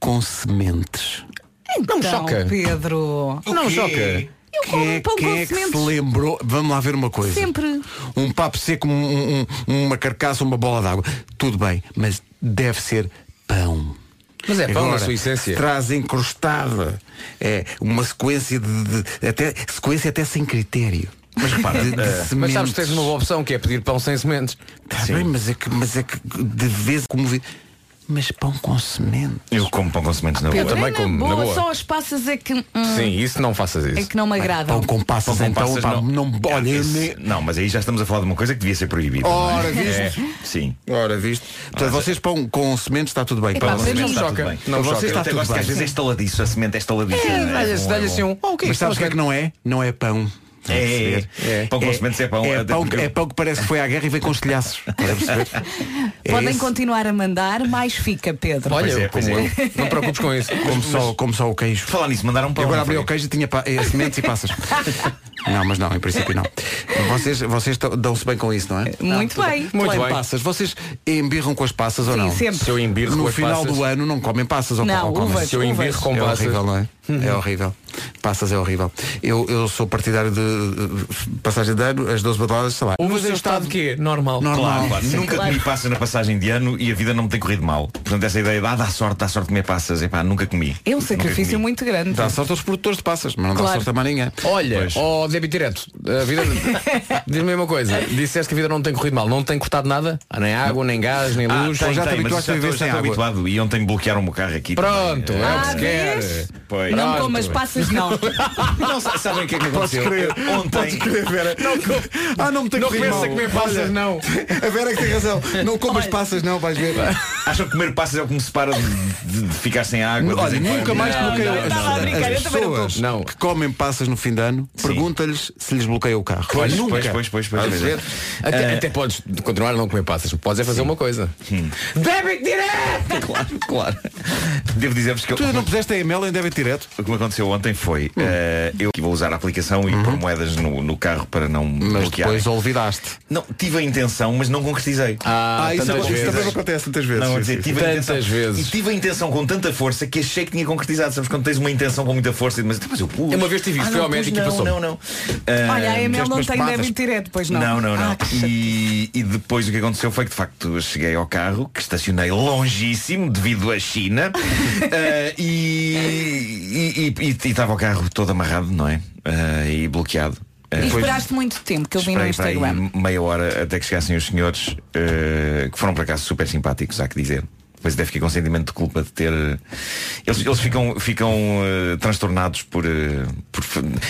S1: com sementes.
S3: Então,
S1: me choca.
S3: Pedro.
S1: Não
S3: me
S1: choca.
S3: Eu como
S1: Quem é,
S3: pão
S1: quem
S3: com
S1: é que se
S3: sementes.
S1: lembrou? Vamos lá ver uma coisa.
S3: Sempre.
S1: Um papo seco, um- um- uma carcaça, uma bola d'água. Tudo bem, mas deve ser pão.
S4: Mas é pão
S1: Agora,
S4: na sua essência.
S1: Traz encrustada. É uma sequência de, de- até, sequência até sem critério. Mas
S12: repara,
S1: de, de
S12: eh,
S4: Mas
S1: sementes.
S4: sabes que tens uma boa opção que é pedir pão sem sementes.
S1: Tá bem, mas é que, mas é que de vez como vi- Mas pão com semente.
S12: Eu como pão com sementes na
S4: Eu
S12: boa.
S4: também
S3: É
S4: como, na boa.
S3: Só as passas é que. hum,
S4: Sim, isso não faças
S3: É
S4: isso.
S3: que não me agrada.
S1: Pão com passas,
S12: Pão com
S1: então,
S12: passas,
S1: pá, não, olha,
S12: Ah,
S1: eu
S12: esse-
S1: nem-
S12: Não, mas aí já estamos a falar de uma coisa que devia ser proibida. não é?
S1: Ora, viste?
S12: É, sim.
S1: Ora, viste?
S12: é-
S1: Portanto, vocês pão com sementes está tudo bem.
S3: Epá,
S1: Pão
S3: mas
S1: com
S3: não
S1: sementes
S3: me
S1: está
S4: choca.
S1: tudo bem.
S4: Não me
S1: Para
S4: choca.
S1: vocês
S12: Eu
S1: está
S12: até
S1: tudo
S12: gosto que
S1: bem. "Oh,
S4: assim um-
S12: às um vezes é estaladiço, a semente é estaladiço. não é? É bom, é bom.
S1: Mas sabes o que é que não é? Não é pão. Estão a perceber?
S12: É. Pão com sementes é pão.
S1: É pão, que- é pão que parece que foi à guerra e veio com estilhaços. Estás a perceber? É
S3: Podem
S1: esse.
S3: continuar a mandar, mais fica, Pedro.
S1: Pois é, pois é. Como só, como só o queijo.
S12: Falar nisso, um mandaram
S1: Eu agora abri o queijo e tinha pa- eh, sementes e passas. Não, mas não, em princípio não. Vocês, vocês tão- dão-se bem com isso, não é?
S3: Muito
S1: Não,
S3: bem.
S1: Muito
S3: Muito
S1: bem.
S3: bem.
S1: passas. Vocês embirram com as passas ou
S3: Sim,
S1: não?
S3: sempre. Se eu
S4: embirro
S1: no
S4: com as
S1: final
S4: passas-
S1: do ano não comem passas ou
S4: Não,
S1: ou comem.
S4: uvas, Se eu embirro uvas. com
S1: é
S4: passas-
S1: horrível, não é? É
S4: Uhum.
S1: horrível. Passas é horrível. Eu, eu sou partidário de eh, passagem de ano, as 12 badaladas, sei lá.
S11: Uvas em estado que Normal.
S12: Claro, claro. Nunca comi passas na passagem de ano e a vida não me tem corrido mal. Portanto, essa ideia de ah, dá sorte, dá sorte de comer passas, epá, nunca comi.
S3: É um
S12: Nunca
S3: sacrifício
S12: comi.
S3: muito grande.
S1: Dá sorte aos produtores de passas, mas não dá
S4: Claro.
S1: sorte a mais ninguém.
S4: Olha,
S1: Pois.
S4: ó débito direto, a vida diz-me uma coisa, disseste que a vida não tem corrido mal, não tem cortado nada? Ah, Nem água, nem gás, nem
S12: Ah,
S4: luz.
S12: tem, tem, mas já estou- já estou habituado e ontem bloquearam-me o carro aqui.
S4: Pronto,
S12: também. eh,
S4: é o que se Ah, quer. vês?
S12: Pois.
S4: Não
S12: Pronto.
S4: comas
S3: passas, não.
S12: Não, sa- sabem o que é que
S1: Podes
S12: aconteceu?
S1: crer.
S12: Eu Ontem.
S1: Podes crer, Vera. Não, com- ah, não me tem
S12: Não
S1: corrido
S12: começa
S1: mal.
S12: a comer passas,
S1: Olha,
S12: não.
S1: A Vera é que tem razão. Não comas passas, não, vais ver.
S12: Acham que comer passas é o que me separa de, de- de ficar sem água?
S1: Olha,
S12: de vez em
S1: nunca
S12: quando?
S1: mais
S12: Não,
S1: bloqueio. As-
S12: não, não, não.
S1: as pessoas que comem passas no fim de ano, pergunta-lhes se lhes bloqueia o carro.
S4: Pois,
S1: nunca.
S4: pois, pois, pois, pois,
S1: Estás a ver?
S4: Até,
S1: Eh,
S4: até podes continuar a não comer passas, podes é fazer uma coisa. Débito direto!
S12: claro, claro. Devo dizer-vos que eu...
S1: Tu não puseste a e-mail em débito direto?
S12: O que me aconteceu ontem foi eh, Eu que vou usar a aplicação e pôr moedas no, no carro para não
S1: Mas
S12: bloquear
S1: depois olvidaste.
S12: Não, tive a intenção, mas não concretizei
S1: Ah, isso tantas
S4: é
S1: também- isso vezes. também acontece tantas vezes.
S12: Não,
S1: Sim,
S12: quer dizer,
S1: sim,
S12: tive
S1: sim.
S12: a
S1: Tantas
S12: intenção,
S1: vezes.
S12: E tive a intenção com tanta força Que achei que tinha concretizado Sabes quando tens uma intenção com muita força e mas, mas eu pus
S4: Eu uma vez tive isso,
S12: Ah,
S4: fui
S12: não,
S4: ao
S12: pus,
S4: médico e
S12: não,
S4: passou.
S12: Não, não Ah,
S3: Olha, a Emel
S12: puseste
S3: não
S12: umas
S3: tem
S12: patas.
S3: débito direto, pois não.
S12: Não, não, não.
S3: Ah, que
S12: e, e depois o que aconteceu foi que de facto eu cheguei ao carro, que estacionei longíssimo devido à China eh, e e- e- e estava o carro todo amarrado, não é? Eh, e bloqueado. Eh,
S3: E
S12: depois
S3: esperaste muito tempo que eu vi no
S12: esperei para aí
S3: Instagram.
S12: meia hora até que chegassem os senhores eh, que foram para cá super simpáticos, há que dizer. Depois deve ficar com sentimento de culpa de ter. eh, Eles, eles ficam, ficam eh, transtornados por, eh, por-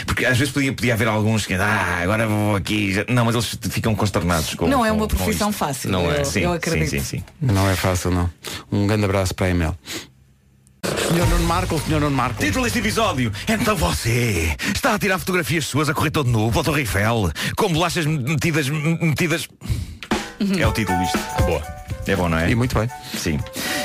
S12: Porque às vezes podia, podia haver alguns que. Ah, agora vou aqui. já-" Não, mas eles ficam consternados com.
S3: Não é
S12: com-
S3: uma
S12: com
S3: profissão
S12: isto.
S3: fácil,
S12: Não é?
S3: eu-
S12: Sim,
S3: eu
S12: sim,
S3: acredito.
S12: Sim, sim,
S1: Não é fácil, não. Um grande abraço para a Emel. Senhor Nuno Marco, senhor Nuno Marco.
S12: Título deste episódio. Então você está a tirar fotografias suas a correr todo nu, pela Torre Eiffel, com bolachas metidas. metidas. É o título disto. Boa. É bom, não é? E
S1: muito bem.
S12: Sim.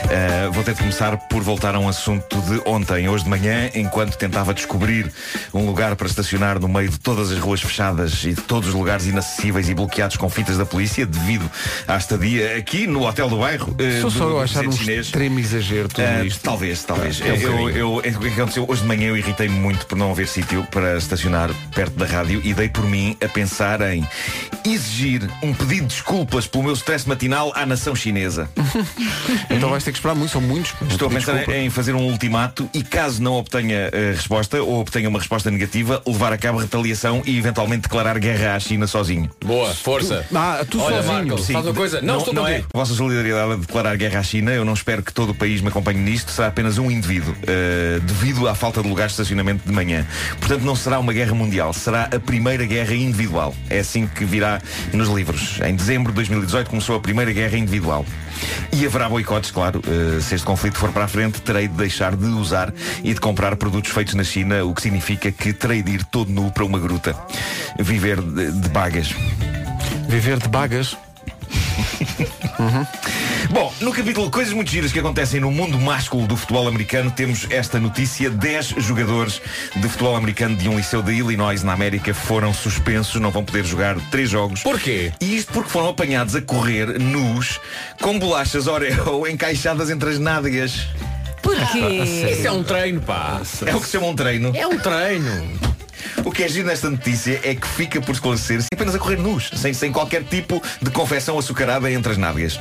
S12: Ah, vou ter de começar por voltar a um assunto de ontem, hoje de manhã, enquanto tentava descobrir um lugar para estacionar no meio de todas as ruas fechadas e de todos os lugares inacessíveis e bloqueados com fitas da polícia devido à estadia aqui no hotel do bairro. eh,
S1: Sou
S12: do-
S1: só
S12: do
S1: eu a achar um
S12: presidente chinês.
S1: extremo exagero tudo
S12: Ah,
S1: isto.
S12: Talvez, talvez.
S1: É um
S12: eu,
S1: bocadinho.
S12: eu, é o que aconteceu? Hoje de manhã eu irritei-me muito por não haver sítio para estacionar perto da rádio e dei por mim a pensar em exigir um pedido de desculpas pelo meu stress matinal à nação chinesa.
S1: Então vais ter que esperar muito, são muitos.
S12: Estou a pensar
S1: Desculpa.
S12: em fazer um ultimato e caso não obtenha eh, resposta ou obtenha uma resposta negativa, levar a cabo retaliação e eventualmente declarar guerra à China sozinho.
S4: Boa, força.
S1: Ah, tu
S4: Olha,
S1: sozinho.
S4: Marco,
S12: Sim.
S4: faz uma coisa. Não, estou
S12: não é
S4: contigo.
S12: a vossa solidariedade a declarar guerra à China. Eu não espero que todo o país me acompanhe nisto. Será apenas um indivíduo, eh, devido à falta de lugares de estacionamento de manhã. Portanto, não será uma guerra mundial. Será a primeira guerra individual. É assim que virá nos livros. Em dezembro de 2018 começou a primeira guerra individual. E haverá boicotes, claro. Eh, se este conflito for para a frente, terei de deixar de usar e de comprar produtos feitos na China, o que significa que terei de ir todo nu para uma gruta. Viver de- de bagas.
S1: Viver de bagas.
S12: Bom, no capítulo Coisas Muito Giras que acontecem no mundo másculo do futebol americano, temos esta notícia. 10 jogadores de futebol americano de um liceu de Illinois, na América, foram suspensos, não vão poder jogar três jogos. Porquê? E isto porque foram apanhados a correr nus com bolachas Oreo encaixadas entre as nádegas.
S3: Porquê?
S4: Isso é um treino, pá.
S12: É o que se chama um treino.
S4: É um treino.
S12: O que é giro nesta notícia é que fica por esclarecer-se apenas a correr nus, sem, sem qualquer tipo de confecção açucarada entre as nádegas.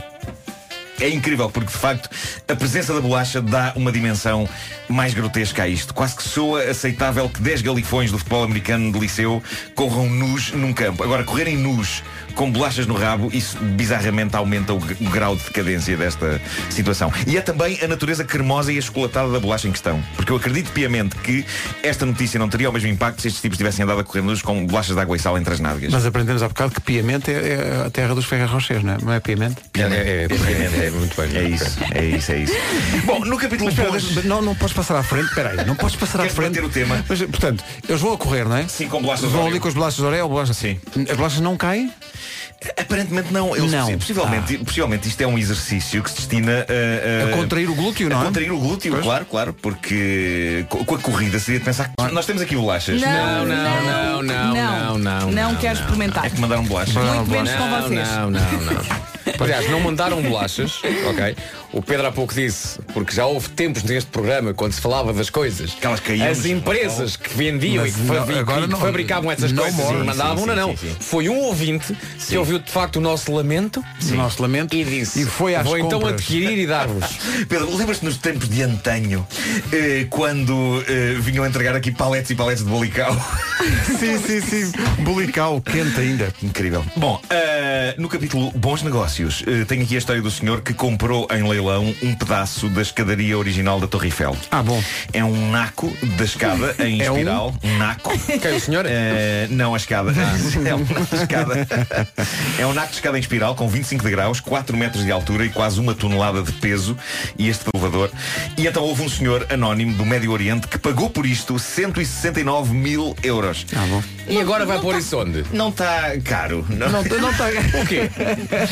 S12: É incrível porque, de facto, a presença da bolacha dá uma dimensão mais grotesca a isto. Quase que soa aceitável que 10 galifões do futebol americano de liceu corram nus num campo. Agora, correrem nus com bolachas no rabo, isso bizarramente aumenta o g- o grau de decadência desta situação. E é também a natureza cremosa e achocolatada da bolacha em questão. Porque eu acredito piamente que esta notícia não teria o mesmo impacto se estes tipos tivessem andado a correr nus com bolachas de água e sal entre as nádegas.
S1: Mas aprendemos há bocado que Piamente é, é a terra dos ferros rochers, não é? Não é Piamente?
S12: É, é, é, é, é, é,
S4: É, muito bem.
S12: É isso, é isso, é isso. Bom, no capítulo
S1: Mas, espera, deixa- não, não podes passar à frente, espera aí, não podes passar à
S12: Queres
S1: frente.
S12: manter o tema?
S1: Mas, portanto, eles vão a correr, não é?
S12: Sim, com bolachas
S1: Vão
S12: Oreo.
S1: ali com as bolachas de orelha, bolachas. Sim. As bolachas não caem?
S12: Aparentemente não. Eles,
S1: Não.
S12: possi- Possivelmente, possivelmente isto é um exercício que se destina a,
S1: A contrair o glúteo, não
S12: a
S1: é?
S12: contrair o glúteo,
S1: Pois.
S12: claro, claro, porque co- com a corrida seria de pensar que nós temos aqui bolachas.
S3: Não, não, não, não, não, não, não quero experimentar.
S12: É que mandaram bolachas.
S3: Muito menos com
S4: não,
S3: vocês.
S4: não, não, não. Aliás, não mandaram bolachas, ok? O Pedro há pouco disse, porque já houve tempos neste programa quando se falava das coisas. Que
S12: elas caíam
S4: As
S12: no
S4: empresas que vendiam
S1: Mas
S4: e que, fabric-
S1: não, agora
S4: e que
S1: não-
S4: fabricavam essas
S1: não
S4: coisas
S1: more.
S4: e mandavam,
S1: Sim, sim,
S4: não, não.
S1: sim, sim.
S4: Foi um ouvinte que ouviu de facto o nosso lamento
S1: O nosso lamento.
S4: e disse.
S1: E foi às
S4: Vou então
S1: compras."
S4: adquirir e dar-vos.
S12: Pedro, lembras-te nos tempos de antanho, eh, quando eh, vinham entregar aqui paletes e paletes de bolicau?
S1: sim, sim, sim. Bulical, quente ainda.
S12: Incrível. Bom, eh, no capítulo Bons Negócios, eh, tem aqui a história do senhor que comprou em leilão um pedaço da escadaria original da Torre Eiffel.
S1: Ah, bom.
S12: É um naco da escada em
S1: É um?
S12: espiral. Um naco.
S4: Quem, o senhor?
S12: Eh, não a escada. É um naco de escada. É um naco de escada em espiral com 25 degraus, 4 metros de altura e quase uma tonelada de peso. E este elevador. E então houve um senhor anónimo do Médio Oriente que pagou por isto 169 mil euros.
S1: Ah, bom.
S4: E agora vai pôr isso onde?
S12: Não está caro. Não,
S1: Não, não está.
S4: O quê?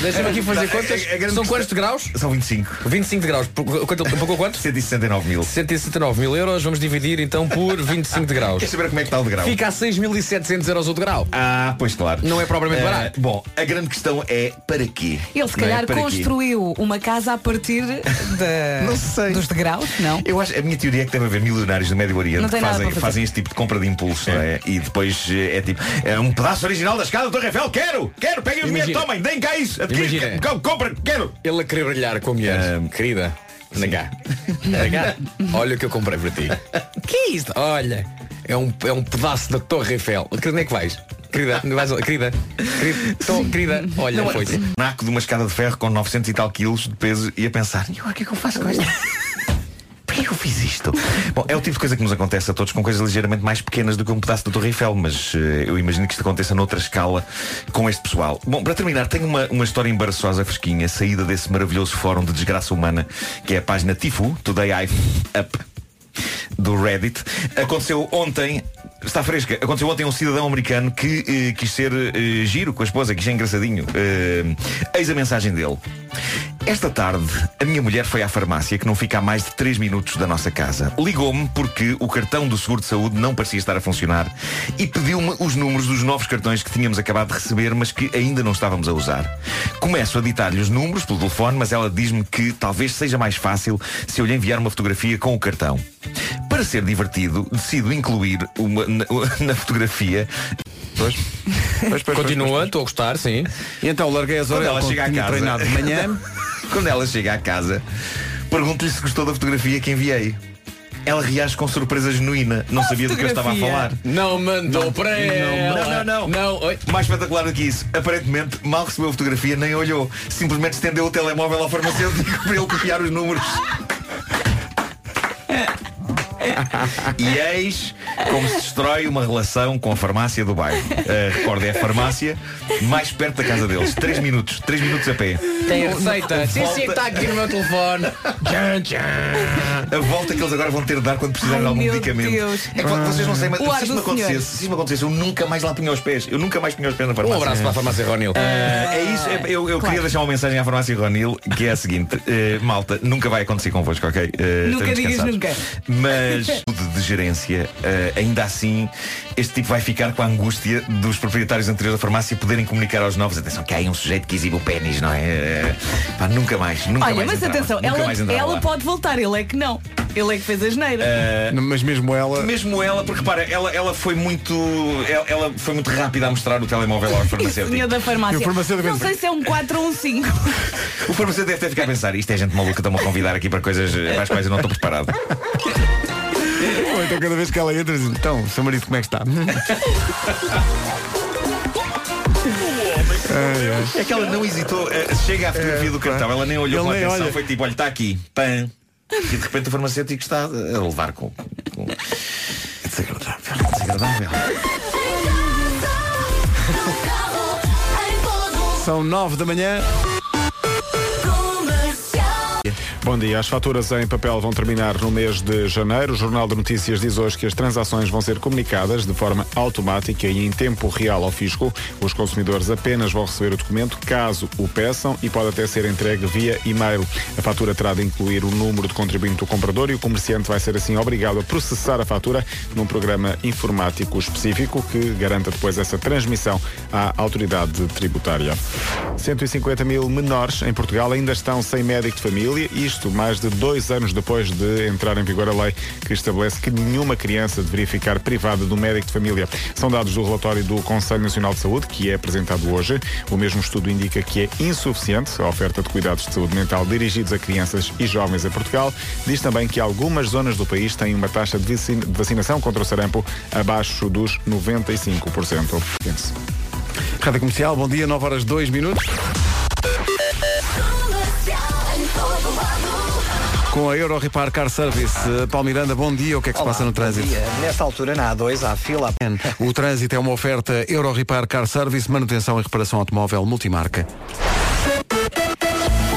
S4: Deixa-me aqui fazer
S12: Tá,
S4: contas.
S12: é- é grande
S4: São
S12: questão.
S4: quantos de graus?
S12: São 25.
S4: 25 de graus. Por- Quanto, pagou quanto?
S12: 169 mil.
S4: 169 mil euros, vamos dividir então por 25 de graus.
S12: Quer saber como é que está o degrau?
S4: Fica a 6.700 euros o degrau.
S12: Ah, pois claro.
S4: Não é propriamente
S12: Eh,
S4: barato.
S12: Bom, a grande questão é para quê?
S3: Ele se
S12: Não é?
S3: calhar
S12: Para quê?
S3: construiu uma casa a partir da-
S12: Não sei.
S3: dos degraus, não?
S12: Eu acho, a minha teoria é que deve haver milionários do Médio Oriente
S3: Não
S12: que
S3: tem nada
S12: fazem,
S3: para fazer.
S12: fazem este tipo de compra de impulso, não é? E depois eh, é tipo, é um pedaço original da escada do Torre Eiffel, quero, quero, peguem o dinheiro,
S4: Imagina.
S12: tomem, deem cá isso, adquire,
S4: Imagina.
S12: co- compra, quero. Ah,
S4: Ele a querer brilhar com a mulher.
S12: Ahm,
S4: Querida, anda cá. Anda cá. Olha o que eu comprei para ti. Que é isto? Olha, é um, é um pedaço da Torre Eiffel. Querida, onde é que vais? Querida, onde vais? querida, querida, tô- querida, olha,
S12: Não,
S4: foi.
S12: Naco de uma escada de ferro com 900 e tal quilos de peso e a pensar, e agora o que é que eu faço com isto? Porquê que eu fiz isto? Bom, é o tipo de coisa que nos acontece a todos com coisas ligeiramente mais pequenas do que um pedaço da Torre Eiffel, mas eh, eu imagino que isto aconteça noutra escala com este pessoal. Bom, para terminar, tenho uma, uma história embaraçosa fresquinha, saída desse maravilhoso fórum de desgraça humana, que é a página Tifu, Today I F Up do Reddit. Aconteceu ontem, está fresca, aconteceu ontem um cidadão americano que eh, quis ser eh, giro com a esposa, quis ser engraçadinho. Eh, eis a mensagem dele. Esta tarde, a minha mulher foi à farmácia, que não fica a mais de 3 minutos da nossa casa. Ligou-me porque o cartão do seguro de saúde não parecia estar a funcionar e pediu-me os números dos novos cartões que tínhamos acabado de receber, mas que ainda não estávamos a usar. Começo a ditar-lhe os números pelo telefone, mas ela diz-me que talvez seja mais fácil se eu lhe enviar uma fotografia com o cartão. Para ser divertido, decido incluir uma- na, na fotografia.
S1: Pois. Pois, pois, pois,
S4: Continua, estou a gostar, sim.
S1: pois. E então larguei as
S12: Quando
S1: orelhas
S12: ela
S1: quando
S12: chega à
S1: tinha
S12: casa.
S1: treinado de manhã.
S12: Quando ela chega à casa, pergunto-lhe se gostou da fotografia que enviei. Ela reage com surpresa genuína. Não sabia do que eu estava a
S3: fotografia?
S12: falar.
S4: Não mandou para ela.
S12: Não, não, não.
S4: oi.
S12: Mais espetacular do que isso. Aparentemente, mal recebeu a fotografia, nem olhou. Simplesmente estendeu o telemóvel ao farmacêutico para ele copiar os números. E eis como se destrói uma relação com a farmácia do bairro. Uh, recorda, é a farmácia mais perto da casa deles. 3 minutos, 3 minutos a pé.
S4: Tem a receita. Sim, sim,
S12: volta.
S4: está aqui no meu telefone. Tchan, tchan.
S12: A volta que eles agora vão ter de dar quando precisarem de
S3: Ai,
S12: algum
S3: meu
S12: medicamento.
S3: Deus.
S12: É claro que vocês não sabem, mas
S3: O ar
S12: se isto
S3: do
S12: me acontecesse,
S3: senhor.
S12: se isto me acontecesse, eu nunca mais lá punha os pés. Eu nunca mais punha os pés na
S4: Um
S12: farmácia.
S4: abraço para a farmácia Ronil.
S12: Ah, é isso, é- eu, eu queria deixar uma mensagem à farmácia Ronil, que é a seguinte, eh, malta, nunca vai acontecer convosco, ok? Eh,
S3: Nunca
S12: estamos
S3: digas
S12: cansados.
S3: nunca.
S12: Mas tudo de gerência, eh, ainda assim, este tipo vai ficar com a angústia dos proprietários anteriores da farmácia poderem comunicar aos novos, atenção, que há aí um sujeito que exibe o pênis, não é? Eh, pá, nunca mais, nunca
S3: Olha,
S12: mais.
S3: mas
S12: entrava,
S3: atenção,
S12: nunca
S3: ela,
S12: mais entrava
S3: ela
S12: lá.
S3: pode voltar, ele é que não. Ele é que fez a geneira.
S12: É.
S1: Mas mesmo ela.
S12: Mesmo ela, porque repara, ela, ela foi muito. Ela, ela foi muito rápida a mostrar o telemóvel ao
S3: E o senhor
S12: farmacêutico.
S3: da farmácia.
S1: E o farmacêutico
S3: Não
S1: vem-
S3: sei se é um 4 ou um 5.
S12: O farmacêutico deve ter ficado a pensar, isto é gente maluca, estão-me a convidar aqui para coisas para as quais eu não estou preparado.
S1: Ou então cada vez que ela entra, diz, então, seu marido, como é que está?
S12: É que ela não hesitou, eh, chega à fotografia do cartão, ela nem olhou com
S1: Ele nem
S12: atenção,
S1: olha.
S12: foi tipo, olha, está aqui, pam. E de repente o farmacêutico está a levar com. com... É desagradável, é desagradável.
S1: São nove da manhã.
S9: Bom dia. As faturas em papel vão terminar no mês de janeiro. O Jornal de Notícias diz hoje que as transações vão ser comunicadas de forma automática e em tempo real ao fisco. Os consumidores apenas vão receber o documento caso o peçam e pode até ser entregue via e-mail. A fatura terá de incluir o número de contribuinte do comprador e o comerciante vai ser assim obrigado a processar a fatura num programa informático específico que garanta depois essa transmissão à autoridade tributária. 150 mil menores em Portugal ainda estão sem médico de família, isto mais de dois anos depois de entrar em vigor a lei que estabelece que nenhuma criança deveria ficar privada do médico de família. São dados do relatório do Conselho Nacional de Saúde, que é apresentado hoje. O mesmo estudo indica que é insuficiente a oferta de cuidados de saúde mental dirigidos a crianças e jovens em Portugal. Diz também que algumas zonas do país têm uma taxa de vicin- de vacinação contra o sarampo abaixo dos 95%. Pense.
S1: Rádio Comercial, bom dia, 9 horas 2 minutos. Com a Euro Repar Car Service, eh, Paulo Miranda, bom dia. O que é que se passa no trânsito?
S2: Nesta altura na A2 há fila.
S1: O trânsito é uma oferta Euro Repar Car Service, manutenção e reparação automóvel multimarca.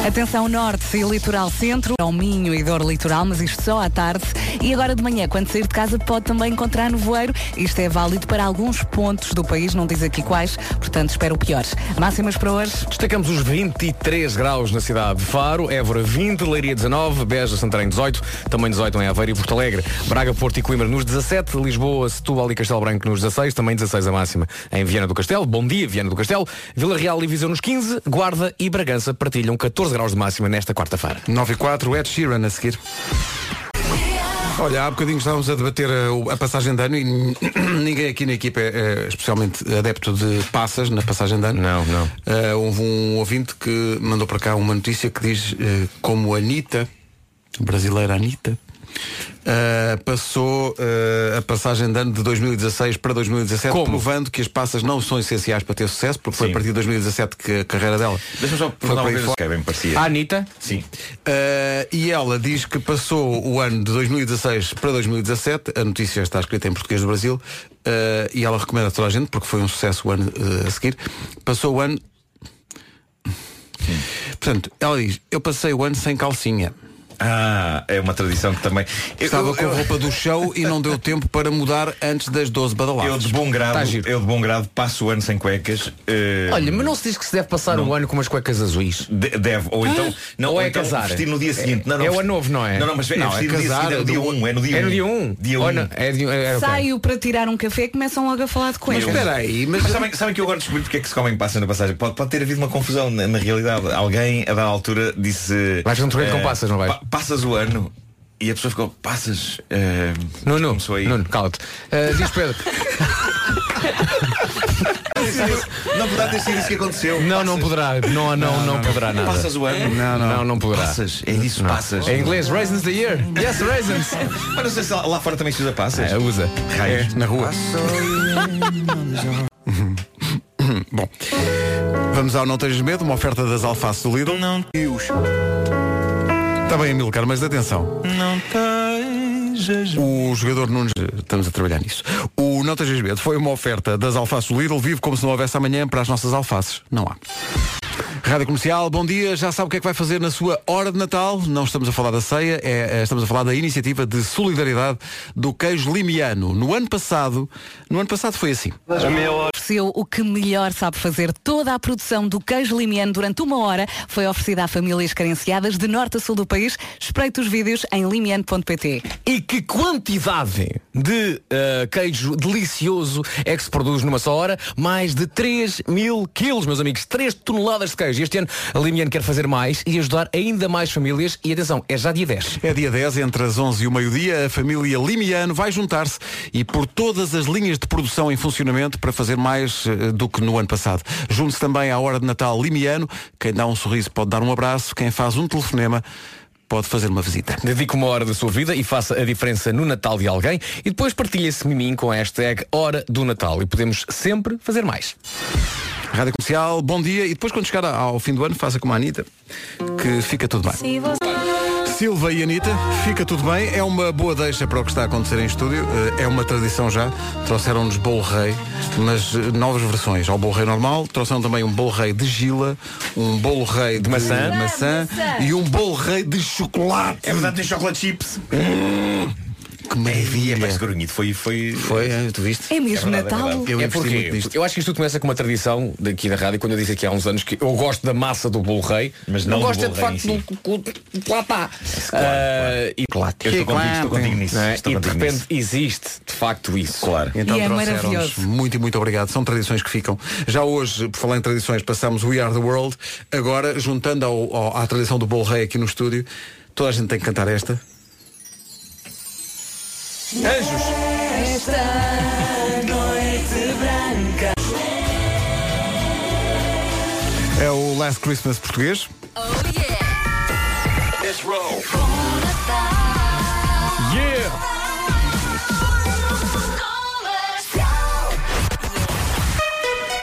S3: Atenção norte e litoral centro, ao Minho e Dor Litoral, mas isto só à tarde. E agora de manhã, quando sair de casa, pode também encontrar nevoeiro. Isto é válido para alguns pontos do país, não diz aqui quais, portanto espero o pior. Máximas para hoje.
S4: Destacamos os 23 graus na cidade de Faro, Évora 20, Leiria 19, Beja, Santarém 18, também 18 em Aveiro e Porto Alegre, Braga, Porto e Coimbra nos 17, Lisboa, Setúbal e Castelo Branco nos 16, também 16 a máxima em Viana do Castelo, bom dia Viana do Castelo, Vila Real e Viseu nos 15, Guarda e Bragança partilham 14 graus de máxima nesta quarta-feira.
S1: 9 e 4, Ed Sheeran a seguir. Olha, há bocadinho estávamos a debater a, o- a passagem de ano e ninguém aqui na equipa é, é, especialmente adepto de passas na passagem de ano. Não, não. houve um ouvinte que mandou para cá uma notícia que diz eh, como a Anitta, a brasileira Anitta, eh, passou eh, a passagem de ano de 2016 para 2017, provando que as passas não são essenciais para ter sucesso, porque foi a partir de 2017 que a carreira dela.
S12: Deixa-me só
S1: foi
S12: perguntar
S1: para
S12: uma
S1: aí
S12: vez.
S1: fora.
S12: Ok, bem me parecia.
S1: A Anitta?
S12: Sim.
S1: Uh, e ela diz que passou o ano de 2016 para 2017, a notícia está escrita em português do Brasil, uh, e ela recomenda a toda a gente, porque foi um sucesso o ano uh, a seguir, passou o ano. Portanto, ela diz, eu passei o ano sem calcinha.
S12: Ah, é uma tradição que também.
S1: Estava com a roupa do show e não deu tempo para mudar antes das 12 badaladas.
S12: Eu de bom
S1: Tá
S12: grado,
S1: giro.
S12: eu de bom grado passo o ano sem cuecas. eh,
S4: Olha, mas não se diz que se deve passar
S12: Não.
S4: o ano com umas cuecas azuis.
S12: De- deve, ou então, não,
S4: ou é
S12: então
S4: casar.
S12: vestir no dia seguinte. Não, não,
S4: é o
S12: vestir-
S4: ano novo, não é?
S12: Não, não, mas é
S4: não,
S12: vestir no dia seguinte, é no dia
S4: do-
S12: um, é no dia
S4: É no
S12: um.
S4: dia 1.
S12: Dia um.
S4: é, de- é, é, ok.
S3: Saio para tirar um café e começam logo a falar de coisas.
S12: mas, sabem, sabem que eu agora descobri porque é que se comem passas na passagem. Pode, pode ter havido uma confusão na, na realidade. Alguém a dada altura disse. eh,
S4: Vais fazer um torneio com passas, não vais?
S12: pa- passas o ano e a pessoa ficou, passas. eh,
S4: Não, não,
S12: começou aí.
S4: não, cala-te. Eh, diz Pedro.
S12: Não poderá ter sido isso que aconteceu.
S4: Não, não poderá. Não, não, não, poderá nada.
S12: Passas o ano?
S4: Não, não. Não, não poderá.
S12: Passas. É isso,
S4: Não.
S12: passas.
S4: Em inglês, raisins the year. Yes, raisins.
S12: Mas não sei se lá, lá fora também se usa passas.
S4: É, usa.
S12: Raios.
S1: na rua. um Bom, vamos ao Não Tens Medo, uma oferta das alfaces do Lidl. Não tens. Está bem, Amilcar, mas atenção. Não tens. O jogador Nunes, estamos a trabalhar nisso. O Não Tens Medo foi uma oferta das alfaces do Lidl, vive como se não houvesse amanhã para as nossas alfaces. Não há. Rádio Comercial, bom dia. Já sabe o que é que vai fazer na sua hora de Natal? Não estamos a falar da ceia, é, é, estamos a falar da iniciativa de solidariedade do queijo limiano. No ano passado, no ano passado foi assim.
S3: Ofereceu o que melhor sabe fazer. Toda a produção do queijo limiano durante uma hora foi oferecida a famílias carenciadas de norte a sul do país. Espreite os vídeos em limiano.pt.
S4: E que quantidade de eh, queijo delicioso é que se produz numa só hora? Mais de 3 mil quilos, meus amigos. 3 toneladas de queijo. Este ano a Limiano quer fazer mais e ajudar ainda mais famílias. E atenção, é já dia 10.
S1: É dia 10, entre as 11 e o meio-dia, a família Limiano vai juntar-se e por todas as linhas de produção em funcionamento para fazer mais eh, do que no ano passado. Junte-se também à hora de Natal Limiano. Quem dá um sorriso pode dar um abraço, quem faz um telefonema pode fazer uma visita.
S4: Dedique uma hora da sua vida e faça a diferença no Natal de alguém e depois partilhe esse miminho com a hashtag Hora do Natal e podemos sempre fazer mais.
S1: Rádio Comercial, bom dia. E depois, quando chegar ao fim do ano, faça como a Anitta, que fica tudo bem. Silva e Anitta, fica tudo bem. É uma boa deixa para o que está a acontecer em estúdio. Eh, É uma tradição já. Trouxeram-nos bolo rei, mas eh, novas versões. Ao bolo rei normal, trouxeram também um bolo rei de gila, um bolo rei de,
S4: maçã.
S1: maçã e um bolo rei de chocolate.
S12: É verdade, tem chocolate chips.
S1: Que maravilha.
S12: É mais grunhido. Foi, foi... foi
S1: tu viste?
S3: É mesmo Natal?
S1: Eu
S4: é
S1: investi
S4: porque
S1: muito nisto.
S4: eu acho que isto tudo começa com uma tradição daqui da rádio, quando eu disse aqui há uns anos que eu gosto da massa do bolo rei, mas
S12: não do
S4: gosto é, de
S12: bolo rei
S4: facto
S12: em
S4: do do- do- lá está. Ah, e-
S12: Eu estou contigo, estou contigo nisso.
S4: Não é?
S12: Estou
S4: e de
S12: contigo
S4: repente
S12: nisso.
S4: existe de facto isso.
S12: Claro.
S1: Então
S3: E é
S1: trouxeram-nos.
S3: maravilhoso.
S1: Muito e muito obrigado. São tradições que ficam. Já hoje, por falar em tradições, passamos We Are the World. Agora, juntando ao- ao- à tradição do Bolo Rei aqui no estúdio, toda a gente tem que cantar esta. Anjos! É o Last Christmas português.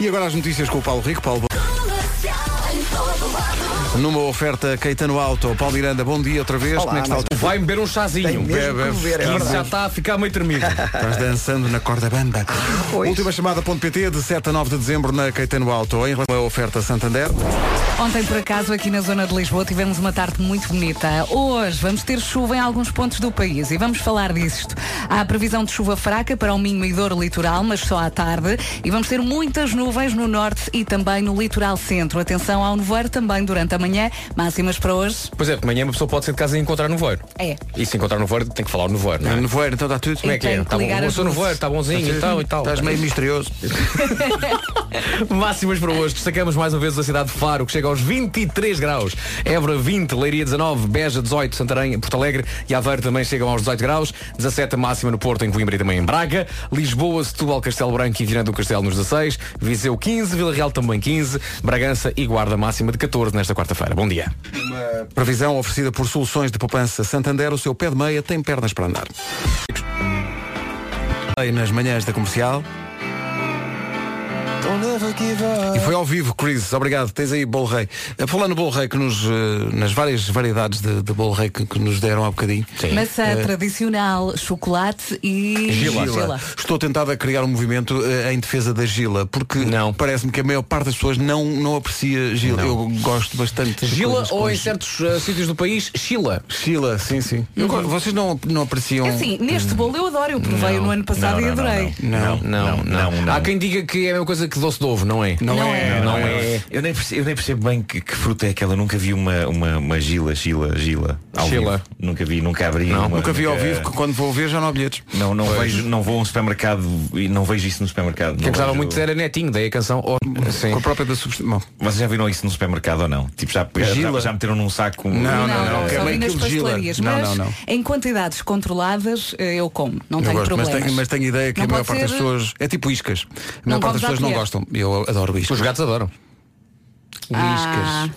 S1: E agora as notícias com o Paulo Rico. Paulo. Numa oferta Caetano Auto. Paulo Miranda, bom dia outra vez.
S4: Olá,
S1: Como é que está
S4: mais uma Vai beber um chazinho.
S1: Tem mesmo que beber, é
S4: Isso
S1: verdade.
S4: já está a ficar meio tremido.
S1: Estás dançando na corda bamba. Última chamada.pt de 7 a 9 de dezembro na Caetano Auto. Em relação à oferta Santander.
S3: Ontem, por acaso, aqui na zona de Lisboa, tivemos uma tarde muito bonita. Hoje vamos ter chuva em alguns pontos do país e vamos falar disto. Há a previsão de chuva fraca para o Minho e Douro Litoral, mas só à tarde. E vamos ter muitas nuvens no norte e também no litoral centro. Atenção ao nevoeiro também durante a manhã. Máximas para hoje.
S4: Pois é, de manhã uma pessoa pode ser de casa e encontrar no voeiro.
S3: É.
S4: E se encontrar no voeiro, tem que falar no voeiro, não é?
S1: No voeiro, então está tudo.
S4: Como é que
S3: Tem
S4: é?
S3: que
S4: Está bom,
S3: ligar
S4: eu
S3: as
S4: sou no
S3: luzes.
S4: voeiro, está bonzinho e tal e tal.
S12: Tá
S1: Estás meio misterioso.
S4: Máximas para hoje, destacamos mais uma vez a cidade de Faro, que chega aos 23 graus. Évora 20, Leiria 19, Beja 18, Santarém, Porto Alegre e Aveiro também chegam aos 18 graus. 17 a máxima no Porto, em Coimbra e também em Braga. Lisboa, Setúbal, Castelo Branco e Viana do Castelo nos 16. Viseu 15, Vila Real também 15. Bragança e Guarda máxima de 14 nesta quarta-feira. Bom dia.
S1: Uma previsão oferecida por Soluções de Poupança Santander. O seu pé de meia tem pernas para andar. Aí Nas manhãs da comercial. E foi ao vivo, Chris. Obrigado. Tens aí Bolo Rei. A falar no Bolo Rei, que nos, eh, nas várias variedades de, de Bolo Rei que, que nos deram há bocadinho.
S3: Maçã
S1: Eh,
S3: tradicional, chocolate e
S1: Gila. Estou tentado a criar um movimento eh, em defesa da Gila, porque parece-me que a maior parte das pessoas não, não aprecia Gila. Eu gosto bastante. de
S4: Gila
S1: coisas com
S4: ou em certos eh, sítios do país, Chila.
S1: Chila, sim, sim. Eu go- vocês não, não apreciam.
S3: Uhum. É assim, neste bolo eu adoro. Eu provei no ano passado e adorei.
S1: Não,
S4: não, não, Há quem diga que é a mesma coisa que doce de ovo, não é?
S1: Não Não é. é.
S4: Não,
S12: Não,
S4: é.
S12: Eu, nem percebo, eu nem percebo bem que, que fruta é aquela. Eu nunca vi uma, uma, uma gila, gila, gila. Ao
S4: Gila.
S12: vivo. Nunca vi, nunca abri.
S1: Não,
S12: uma-
S1: nunca vi ao vivo, que quando vou ver já não há bilhetes.
S12: Não, não
S1: Pois. é
S12: vejo, não vou a um supermercado e não vejo isso no supermercado.
S4: Quem
S12: Não
S4: gostava
S12: vejo-
S4: muito era Netinho, daí a canção. Oh, sim.
S1: Com a própria da substituição.
S12: Vocês já viram isso no supermercado ou não? Tipo, já, já-
S1: Gila?
S12: já, já meteram num saco. um-
S1: Não, é
S3: só vi nas pastelarias, mas em quantidades controladas eh, eu como, não
S1: eu
S3: tenho
S1: gosto, mas
S3: problemas.
S1: tenho, mas tenho ideia que
S3: Não
S1: a maior
S3: pode
S1: parte das
S3: ser-
S1: pessoas. É tipo iscas. A maior
S3: Não
S1: parte das
S3: comes à
S1: pessoas não
S3: colher.
S1: gostam. Eu adoro iscas.
S4: Os gatos adoram.
S3: Ah.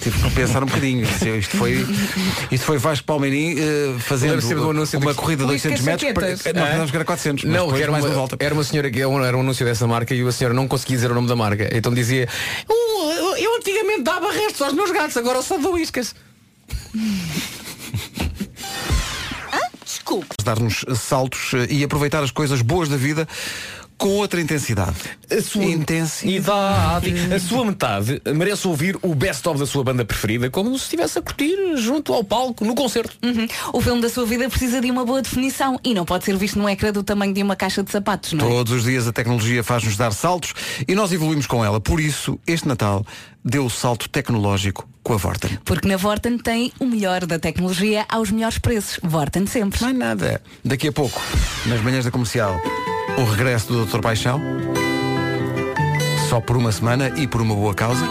S1: Tive que pensar um bocadinho. Isto- Isto foi, isto foi Vasco Palmeirim eh, fazendo
S4: Lembro-me do anúncio
S1: uma
S4: de-
S1: corrida de
S4: Luís
S1: 800 metros. Para,
S4: Cacetetas.
S1: nós
S4: Ah.
S1: pensámos que era 400. mas
S4: Não,
S1: depois
S4: que era uma,
S1: mais uma é volta.
S4: era uma senhora que era um era um anúncio dessa marca e a senhora não conseguia dizer o nome da marca. Então dizia, "Eu- eu antigamente dava restos aos meus gatos, agora só dou iscas.
S3: Desculpe.
S1: Dar-nos saltos eh, e aproveitar as coisas boas da vida com outra intensidade.
S4: A sua intensidade. A sua metade merece ouvir o best of da sua banda preferida, como se estivesse a curtir junto ao palco, no concerto.
S3: Uhum. O filme da sua vida precisa de uma boa definição e não pode ser visto num ecrã do tamanho de uma caixa de sapatos, não é?
S1: Todos os dias a tecnologia faz-nos dar saltos e nós evoluímos com ela. Por isso, este Natal deu o salto tecnológico com a Vorten.
S3: Porque na Vorten tem o melhor da tecnologia aos melhores preços. Vorten sempre.
S1: Mais nada. Daqui a pouco, nas manhãs da comercial, o regresso do Dr. Paixão. Só por uma semana e por uma boa causa.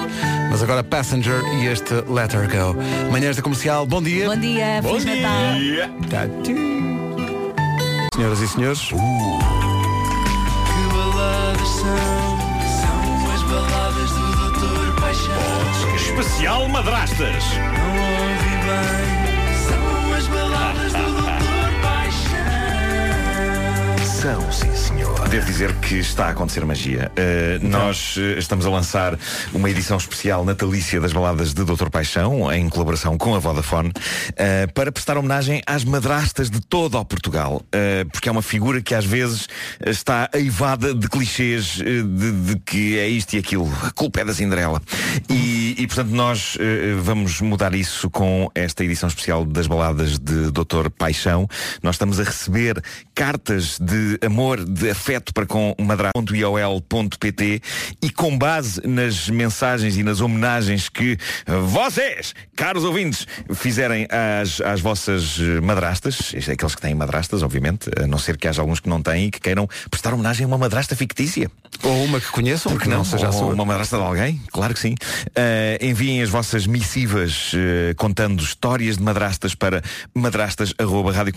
S1: Mas agora Passenger e este Let Her Go. Manhãs da comercial, bom dia.
S3: Bom dia, Feliz Natal.
S1: Tá. Senhoras e senhores.
S8: Que baladas são? São as baladas do Doutor Paixão.
S13: Especial Madrastas.
S8: Não ouvi bem. São as baladas do Doutor Paixão.
S13: São, sim, senhor.
S12: Devo dizer que está a acontecer magia. Uh, nós uh, estamos a lançar uma edição especial natalícia das baladas de Doutor Paixão, em colaboração com a Vodafone, uh, para prestar homenagem às madrastas de todo o Portugal. Uh, porque é uma figura que às vezes está aivada de clichês uh, de, de que é isto e aquilo. A culpa é da Cinderela. E, e, portanto nós uh, vamos mudar isso com esta edição especial das baladas de Doutor Paixão. Nós estamos a receber cartas de amor, de afeto para com madra.iol.pt e com base nas mensagens e nas homenagens que vocês, caros ouvintes, fizerem às, às vossas eh, madrastas, isto é aqueles que têm madrastas, obviamente, a não ser que haja alguns que não têm e que queiram prestar homenagem a uma madrasta fictícia.
S1: Ou uma que conheçam,
S12: Porque não, seja
S1: a sua.
S12: uma madrasta de alguém, claro que sim. Eh, enviem as vossas missivas eh, contando histórias de madrastas para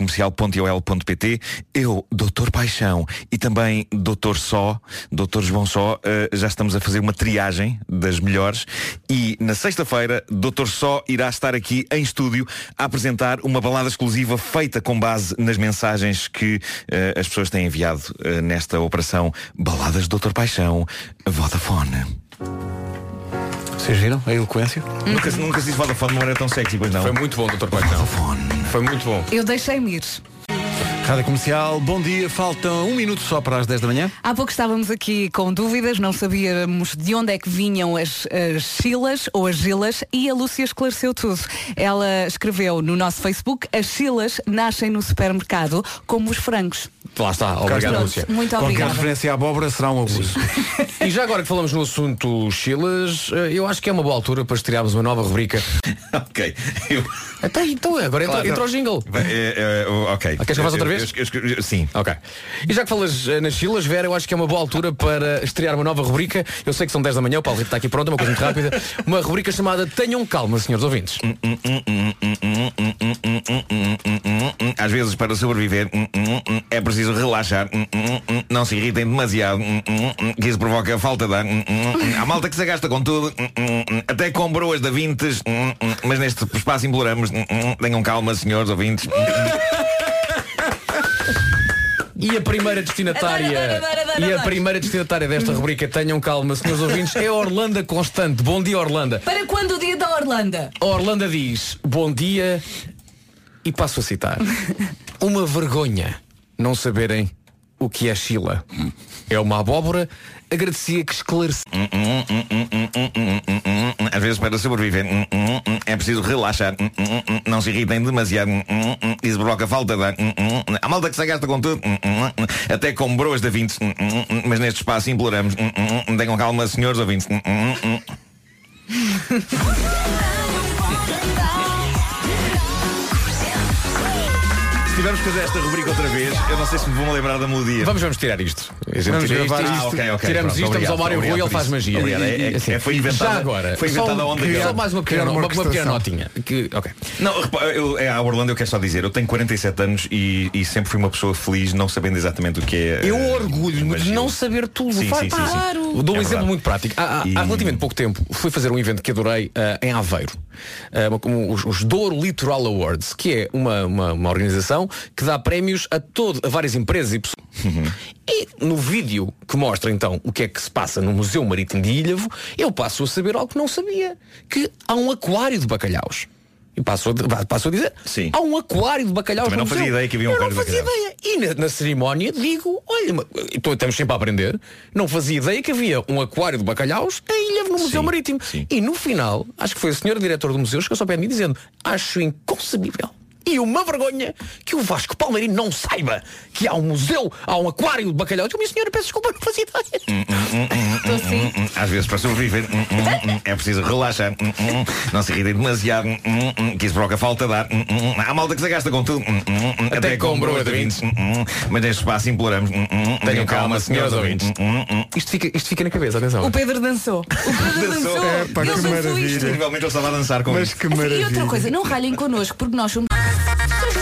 S12: madrastas.radiocomercial.ol.pt Eu, Doutor Paixão e também Doutor Só, Doutor João Só, eh, já estamos a fazer uma triagem das melhores e na sexta-feira Doutor Só irá estar aqui em estúdio a apresentar uma balada exclusiva feita com base nas mensagens que eh, as pessoas têm enviado eh, nesta operação Baladas Doutor Paixão Vodafone.
S1: Vocês viram a eloquência?
S12: Nunca, nunca se disse Vodafone, não era tão sexy, pois não.
S4: Foi muito bom, Dr. Paixão. Foi muito bom.
S3: Eu deixei-me ir.
S1: Rádio Comercial, bom dia. Faltam um minuto só para as 10 da manhã.
S3: Há pouco estávamos aqui com dúvidas, não sabíamos de onde é que vinham as, as Chilas ou as Gilas e a Lúcia esclareceu tudo. Ela escreveu no nosso Facebook, as Chilas nascem no supermercado como os frangos.
S4: Lá está, obrigado,
S3: Pronto,
S4: Lúcia.
S3: muito Qualquer obrigada.
S1: referência à abóbora será um abuso.
S4: e já agora que falamos no assunto Chilas, eh, eu acho que é uma boa altura para estrearmos uma nova rubrica.
S12: ok.
S4: Até então, agora entra,
S12: Claro.
S4: entra o jingle.
S12: Vai, eh, eh, ok.
S4: Ah, queres que eu faça outra vez?
S12: Eu- eu- eu- sim.
S4: Ok. E já que falas eh, nas filas, Vera, eu acho que é uma boa altura para estrear uma nova rubrica. Eu sei que são 10 da manhã, o Paulo Rico está aqui pronto, é uma coisa muito rápida. Uma rubrica chamada Tenham Calma, senhores ouvintes.
S12: Às vezes, para sobreviver, é preciso relaxar. Não se irritem demasiado, que isso provoca falta de ar. Há malta que se gasta com tudo, até com broas da vintes, mas neste espaço imploramos. Tenham calma, senhores ouvintes.
S4: E a primeira destinatária
S8: Adoro, adoro, adoro, adoro,
S4: E a
S8: adoro.
S4: primeira destinatária desta rubrica Tenham Calma, senhores ouvintes, é Orlando Constante. Bom dia, Orlando.
S3: Para quando o dia da Orlando?
S4: A Orlando diz, bom dia, e passo a citar. Uma vergonha não saberem o que é Chila. É uma abóbora, agradecia que esclarecesse.
S12: Às vezes, para sobreviver, é preciso relaxar. hum, Não se irritem demasiado. hum, Isso provoca falta de ar. hum, Há malta que se gasta com tudo. hum, Até com broas de hum, vintes. Mas neste espaço imploramos. hum, Tenham calma, senhores ouvintes. hum, Se tivermos que fazer esta rubrica outra vez, eu não sei se me vão lembrar da melodia.
S4: Vamos, vamos tirar isto. A gente
S12: Vamos
S4: tira isto,
S12: gravar
S4: isto,
S12: isto. Ah, ok, ok,
S4: tiramos isto,
S12: pronto,
S4: estamos
S12: obrigado,
S4: ao Mário Rui,
S12: obrigado
S4: ele
S12: por
S4: faz
S12: isso.
S4: magia.
S12: Obrigado, é- é- é- foi inventada-
S4: Já agora,
S12: foi inventada
S4: um só
S12: a onda
S4: criar,
S12: grande.
S4: mais uma
S12: Criar
S4: pequena,
S12: uma
S4: uma, uma pequena
S12: orquestração.
S4: notinha. Que, ok.
S12: Não, repara, eu, é, a Orlando eu quero só dizer, eu tenho 47 anos e, e sempre fui uma pessoa feliz não sabendo exatamente o que é.
S4: Eu
S12: eh,
S4: orgulho-me de
S12: magia.
S4: não saber tudo.
S12: Sim,
S4: Vai,
S12: sim, sim, sim.
S4: claro. Dou um exemplo
S12: É verdade.
S4: muito prático. Há, há- há relativamente pouco tempo fui fazer um evento que adorei ah, em Aveiro. Ah, uma- como os, os Douro Litoral Awards, que é uma, uma, uma organização que dá prémios a, todo, a várias empresas e pessoas.
S12: Uhum.
S4: E no vídeo que mostra então o que é que se passa no Museu Marítimo de Ilhavo, eu passo a saber algo que não sabia, que há um aquário de bacalhaus. E passo a, di- passo a dizer,
S12: Sim.
S4: há um aquário de bacalhaus
S12: Também
S4: no
S12: não fazia
S4: museu.
S12: ideia que havia um
S4: Eu não
S12: aquário de
S4: fazia
S12: bacalhaus.
S4: ideia. É, E na, na cerimónia digo, olha, ma- então estamos sempre a aprender, não fazia ideia que havia um aquário de bacalhaus em Ilhavo no Museu Marítimo. E no final, acho que foi o senhor diretor do museu que chegou só pé de mim dizendo, acho inconcebível. E uma vergonha que o Vasco Palmeirinho não saiba que há um museu, há um aquário de bacalhau. Eu, minha senhora, peço desculpa, não fazia ideia.
S12: Hum, hum, hum,
S4: Estou
S12: hum,
S4: sim.
S12: hum, hum. Às vezes para sobreviver hum, hum, hum, é preciso relaxar, hum, hum, não se irritem demasiado, hum, hum, hum, que isso provoca falta de ar. hum, hum. Há malta que se gasta com tudo, hum, hum, hum, até, com broas de vintes, hum, hum. mas neste espaço imploramos. hum, hum, Tenham calma, senhores ouvintes. Hum, hum, hum.
S4: Isto fica, isto fica na cabeça, atenção.
S3: O Pedro dançou. O Pedro dançou.
S12: É,
S3: Ele dançou isto. Assim,
S12: Provavelmente eu estava a dançar com
S9: Mas
S12: isto.
S9: que
S3: E outra coisa, não ralhem connosco porque nós somos.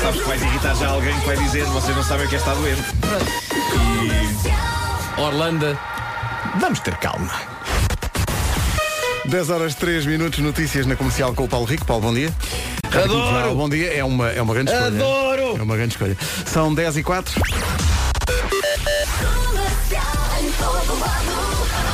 S12: Sabes que vais irritar já alguém que vai dizer vocês não sabem o que é estar doente.
S4: Orlando, vamos ter calma.
S1: 10 horas 3 minutos, notícias na comercial com o Paulo Rico. Paulo, bom dia. Rádio
S4: Adoro!
S1: Comercial, Bom dia, é uma, é uma grande escolha.
S4: Adoro!
S1: É uma grande escolha. São 10 e 4.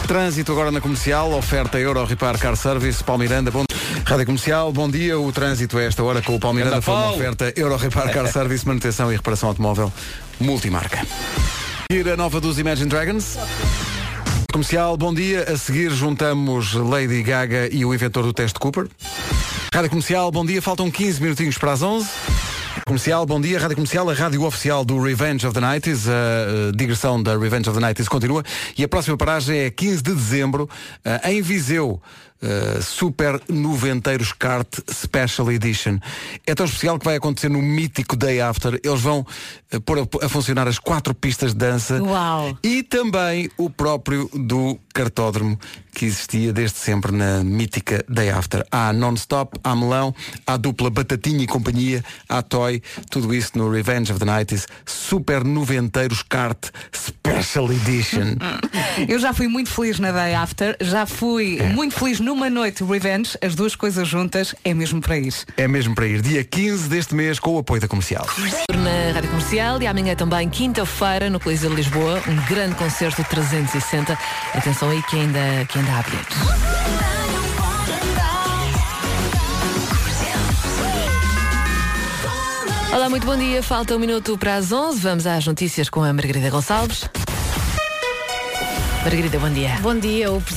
S1: Trânsito agora na comercial, oferta Euro Repar Car Service, Palmiranda, bom Rádio Comercial, bom dia. O trânsito a esta hora com o Palmiranda
S4: Anda,
S1: foi uma
S4: Paulo.
S1: oferta Euro Repar Car Service, manutenção e reparação automóvel multimarca. Ir a nova dos Imagine Dragons. Comercial, bom dia. A seguir juntamos Lady Gaga e o inventor do teste Cooper. Rádio Comercial, bom dia. Faltam 15 minutinhos para as 11. Comercial, bom dia. Rádio Comercial, a rádio oficial do Revenge of the Nights. A eh, digressão da Revenge of the Nights continua. E a próxima paragem é 15 de dezembro, eh, em Viseu. Eh, Super Noventeiros Kart Special Edition. É tão especial que vai acontecer no mítico Day After. Eles vão eh, pôr a, a funcionar as quatro pistas de dança e também o próprio do cartódromo que existia desde sempre na mítica Day After. Há Non-Stop, há Melão, há dupla Batatinha e Companhia, há Toy, tudo isso no Revenge of the Nights Super Noventeiros Kart Special Edition.
S3: Eu já fui muito feliz na Day After, já fui muito feliz numa noite Revenge, as duas coisas juntas é mesmo para ir.
S1: é mesmo para ir. Dia 15 deste mês com o apoio da comercial.
S14: Na Rádio Comercial e amanhã também, quinta-feira, no Coliseu de Lisboa, um grande concerto 360. Atenção aí que ainda, que ainda há bilhetes. Olá, muito bom dia. Falta um minuto para as 11. Vamos às notícias com a Margarida Gonçalves. Margarida, bom dia.
S15: Bom dia. O presidente